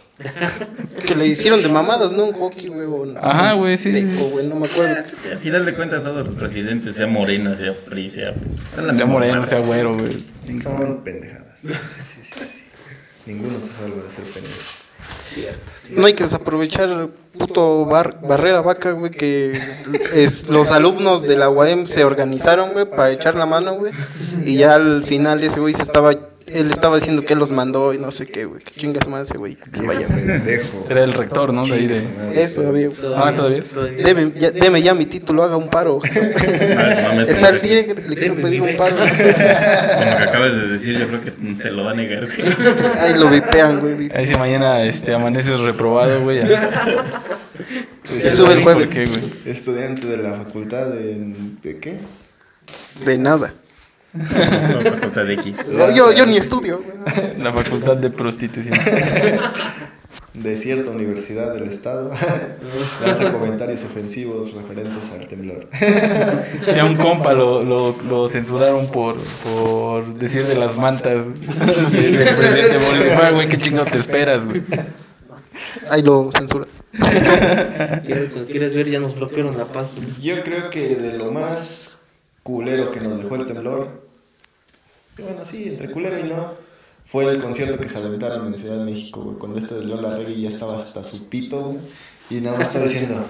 Que le hicieron de mamadas, ¿no? Un hockey, güey. o no. Ajá, güey, sí, sí, sí. Teco, güey, no me acuerdo. Al final de cuentas, todos los presidentes, sea Morena, sea PRI, sea. están la Sea misma moreno, madre. sea güero, güey. Son pendejadas. Sí, sí, sí, sí. Ninguno se salva de ser pendejo. No hay que desaprovechar el puto bar- barrera vaca, güey, que es, los alumnos de la UAM se organizaron, güey, para echar la mano, güey. Y ya al final ese güey se estaba, él estaba diciendo que él los mandó y no sé qué, güey. Que chingas madre ese güey, ya que Viejo vaya. pendejo. Era el rector, ¿no? De ahí de. Es todavía, güey. Ah, ¿todavía es? Deme ya, deme ya mi título, haga un paro. Madre, no me Está el estoy- día que le quiero Deme pedir mi un paro. Como que acabas de decir, yo creo que te lo va a negar, güey. Ahí lo vipean, güey. Ahí si mañana este, amaneces reprobado, güey. ya. Se sube el ¿Por jueves. qué, güey? Estudiante de la facultad de. ¿De qué es? De nada. No, facultad de X. No, yo, yo ni estudio, güey. La facultad de prostitución. De cierta universidad del estado. Lanza comentarios ofensivos referentes al temblor. Si a un compa lo, lo, lo censuraron por, por decir de las mantas de- del presidente municipal, güey, qué chingo te esperas, güey. Ahí lo censura. Cuando quieres ver, ya nos bloquearon la página. Yo creo que de lo más culero que nos dejó el temblor, y bueno, sí, entre culero y no, fue el concierto que se aventaron en Ciudad de México, güey, cuando este de León Larregui ya estaba hasta su pito, güey, y nada más estaba diciendo,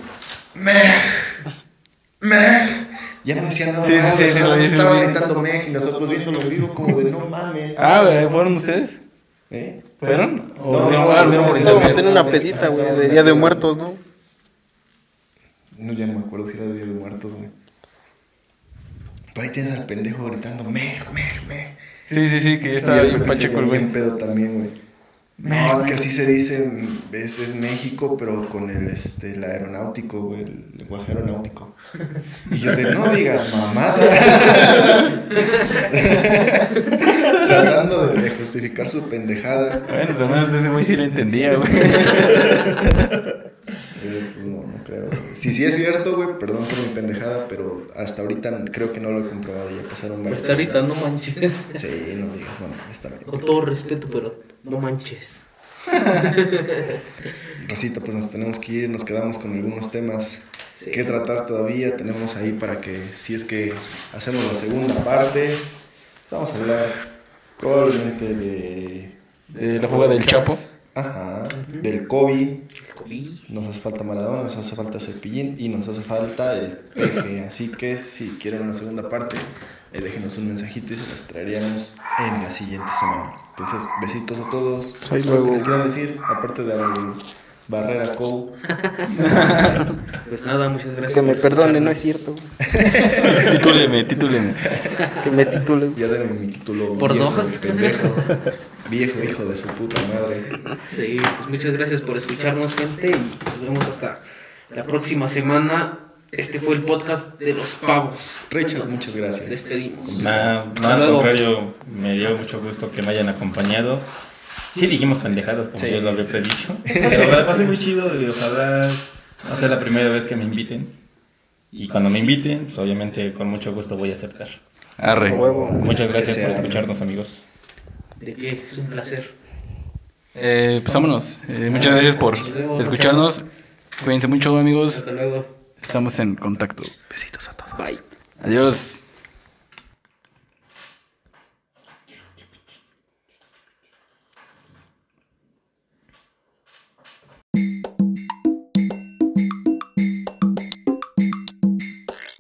¡Mej! ¡Mej! Ya no decía nada, Sí, sí, sí, güey, sí, nada lo más estaba hice, güey. gritando Mej y nosotros viéndolo en vivo como de no mames. Ah, güey, ¿fueron ustedes? ¿Eh? ¿Fueron? ¿O No, vieron, no, ah, vieron por no, Estábamos internet? en una pedita, güey, de Día de Muertos, ¿no? No, ya no me acuerdo si era de Día de Muertos, güey. Por ahí tienes al pendejo gritando, Mej, Mej, Mej. Sí, sí, sí, que ya estaba Sí, bien yo creo que pacheco, el bien güey. pedo también, güey. No, es que así se dice, mm, es, es México, pero con el, este, el aeronáutico, güey, el lenguaje aeronáutico. Y yo de, no digas mamadas. Tratando de, de justificar su pendejada. Bueno, al menos ese güey sí le entendía, güey. Eh, pues no, no creo. güey. Sí, sí es cierto, güey, perdón por mi pendejada, pero hasta ahorita creo que no lo he comprobado, ya pasaron varios. Hasta Pues ahorita no manches. Sí, no digas mamadas también. Con todo respeto, pero no manches. Rosita, pues nos tenemos que ir, nos quedamos con algunos temas Sí. que tratar todavía. Tenemos ahí para que, si es que hacemos la segunda parte, vamos a hablar probablemente de. De Eh, la fuga del Chapo. Ajá, del COVID. El COVID. Nos hace falta Maradona, nos hace falta Cepillín y nos hace falta el peje. Así que si quieren una segunda parte, eh, déjenos un mensajito y se las traeríamos en la siguiente semana. Entonces, besitos a todos. Pues Ahí ¿Algo que luego. les quieran decir? Aparte de um, Barrera Co. Pues nada, muchas gracias. Que me por perdone, no escucharnos. es cierto. güey. Titúleme, titúleme. Que me titule. güey. Ya denme mi título. Por viejo, dos. Pendejo. Viejo hijo de su puta madre. Sí, pues muchas gracias por escucharnos, gente. Y nos vemos hasta la próxima semana. Este fue el podcast de los pavos. Richard, muchas gracias. Despedimos. Nada, Hasta al luego. contrario, me dio mucho gusto que me hayan acompañado. Sí dijimos pendejadas, como Sí. yo lo había predicho. Pero me la pasé muy chido y ojalá no sea la primera vez que me inviten. Y cuando me inviten, pues obviamente con mucho gusto voy a aceptar. Arre. Muchas Que gracias sea. por escucharnos, amigos. De qué, es un placer. Eh, pues vámonos. Eh, muchas gracias por escucharnos. Cuídense mucho, amigos. Hasta luego. Estamos en contacto. Besitos a todos. Bye. Adiós.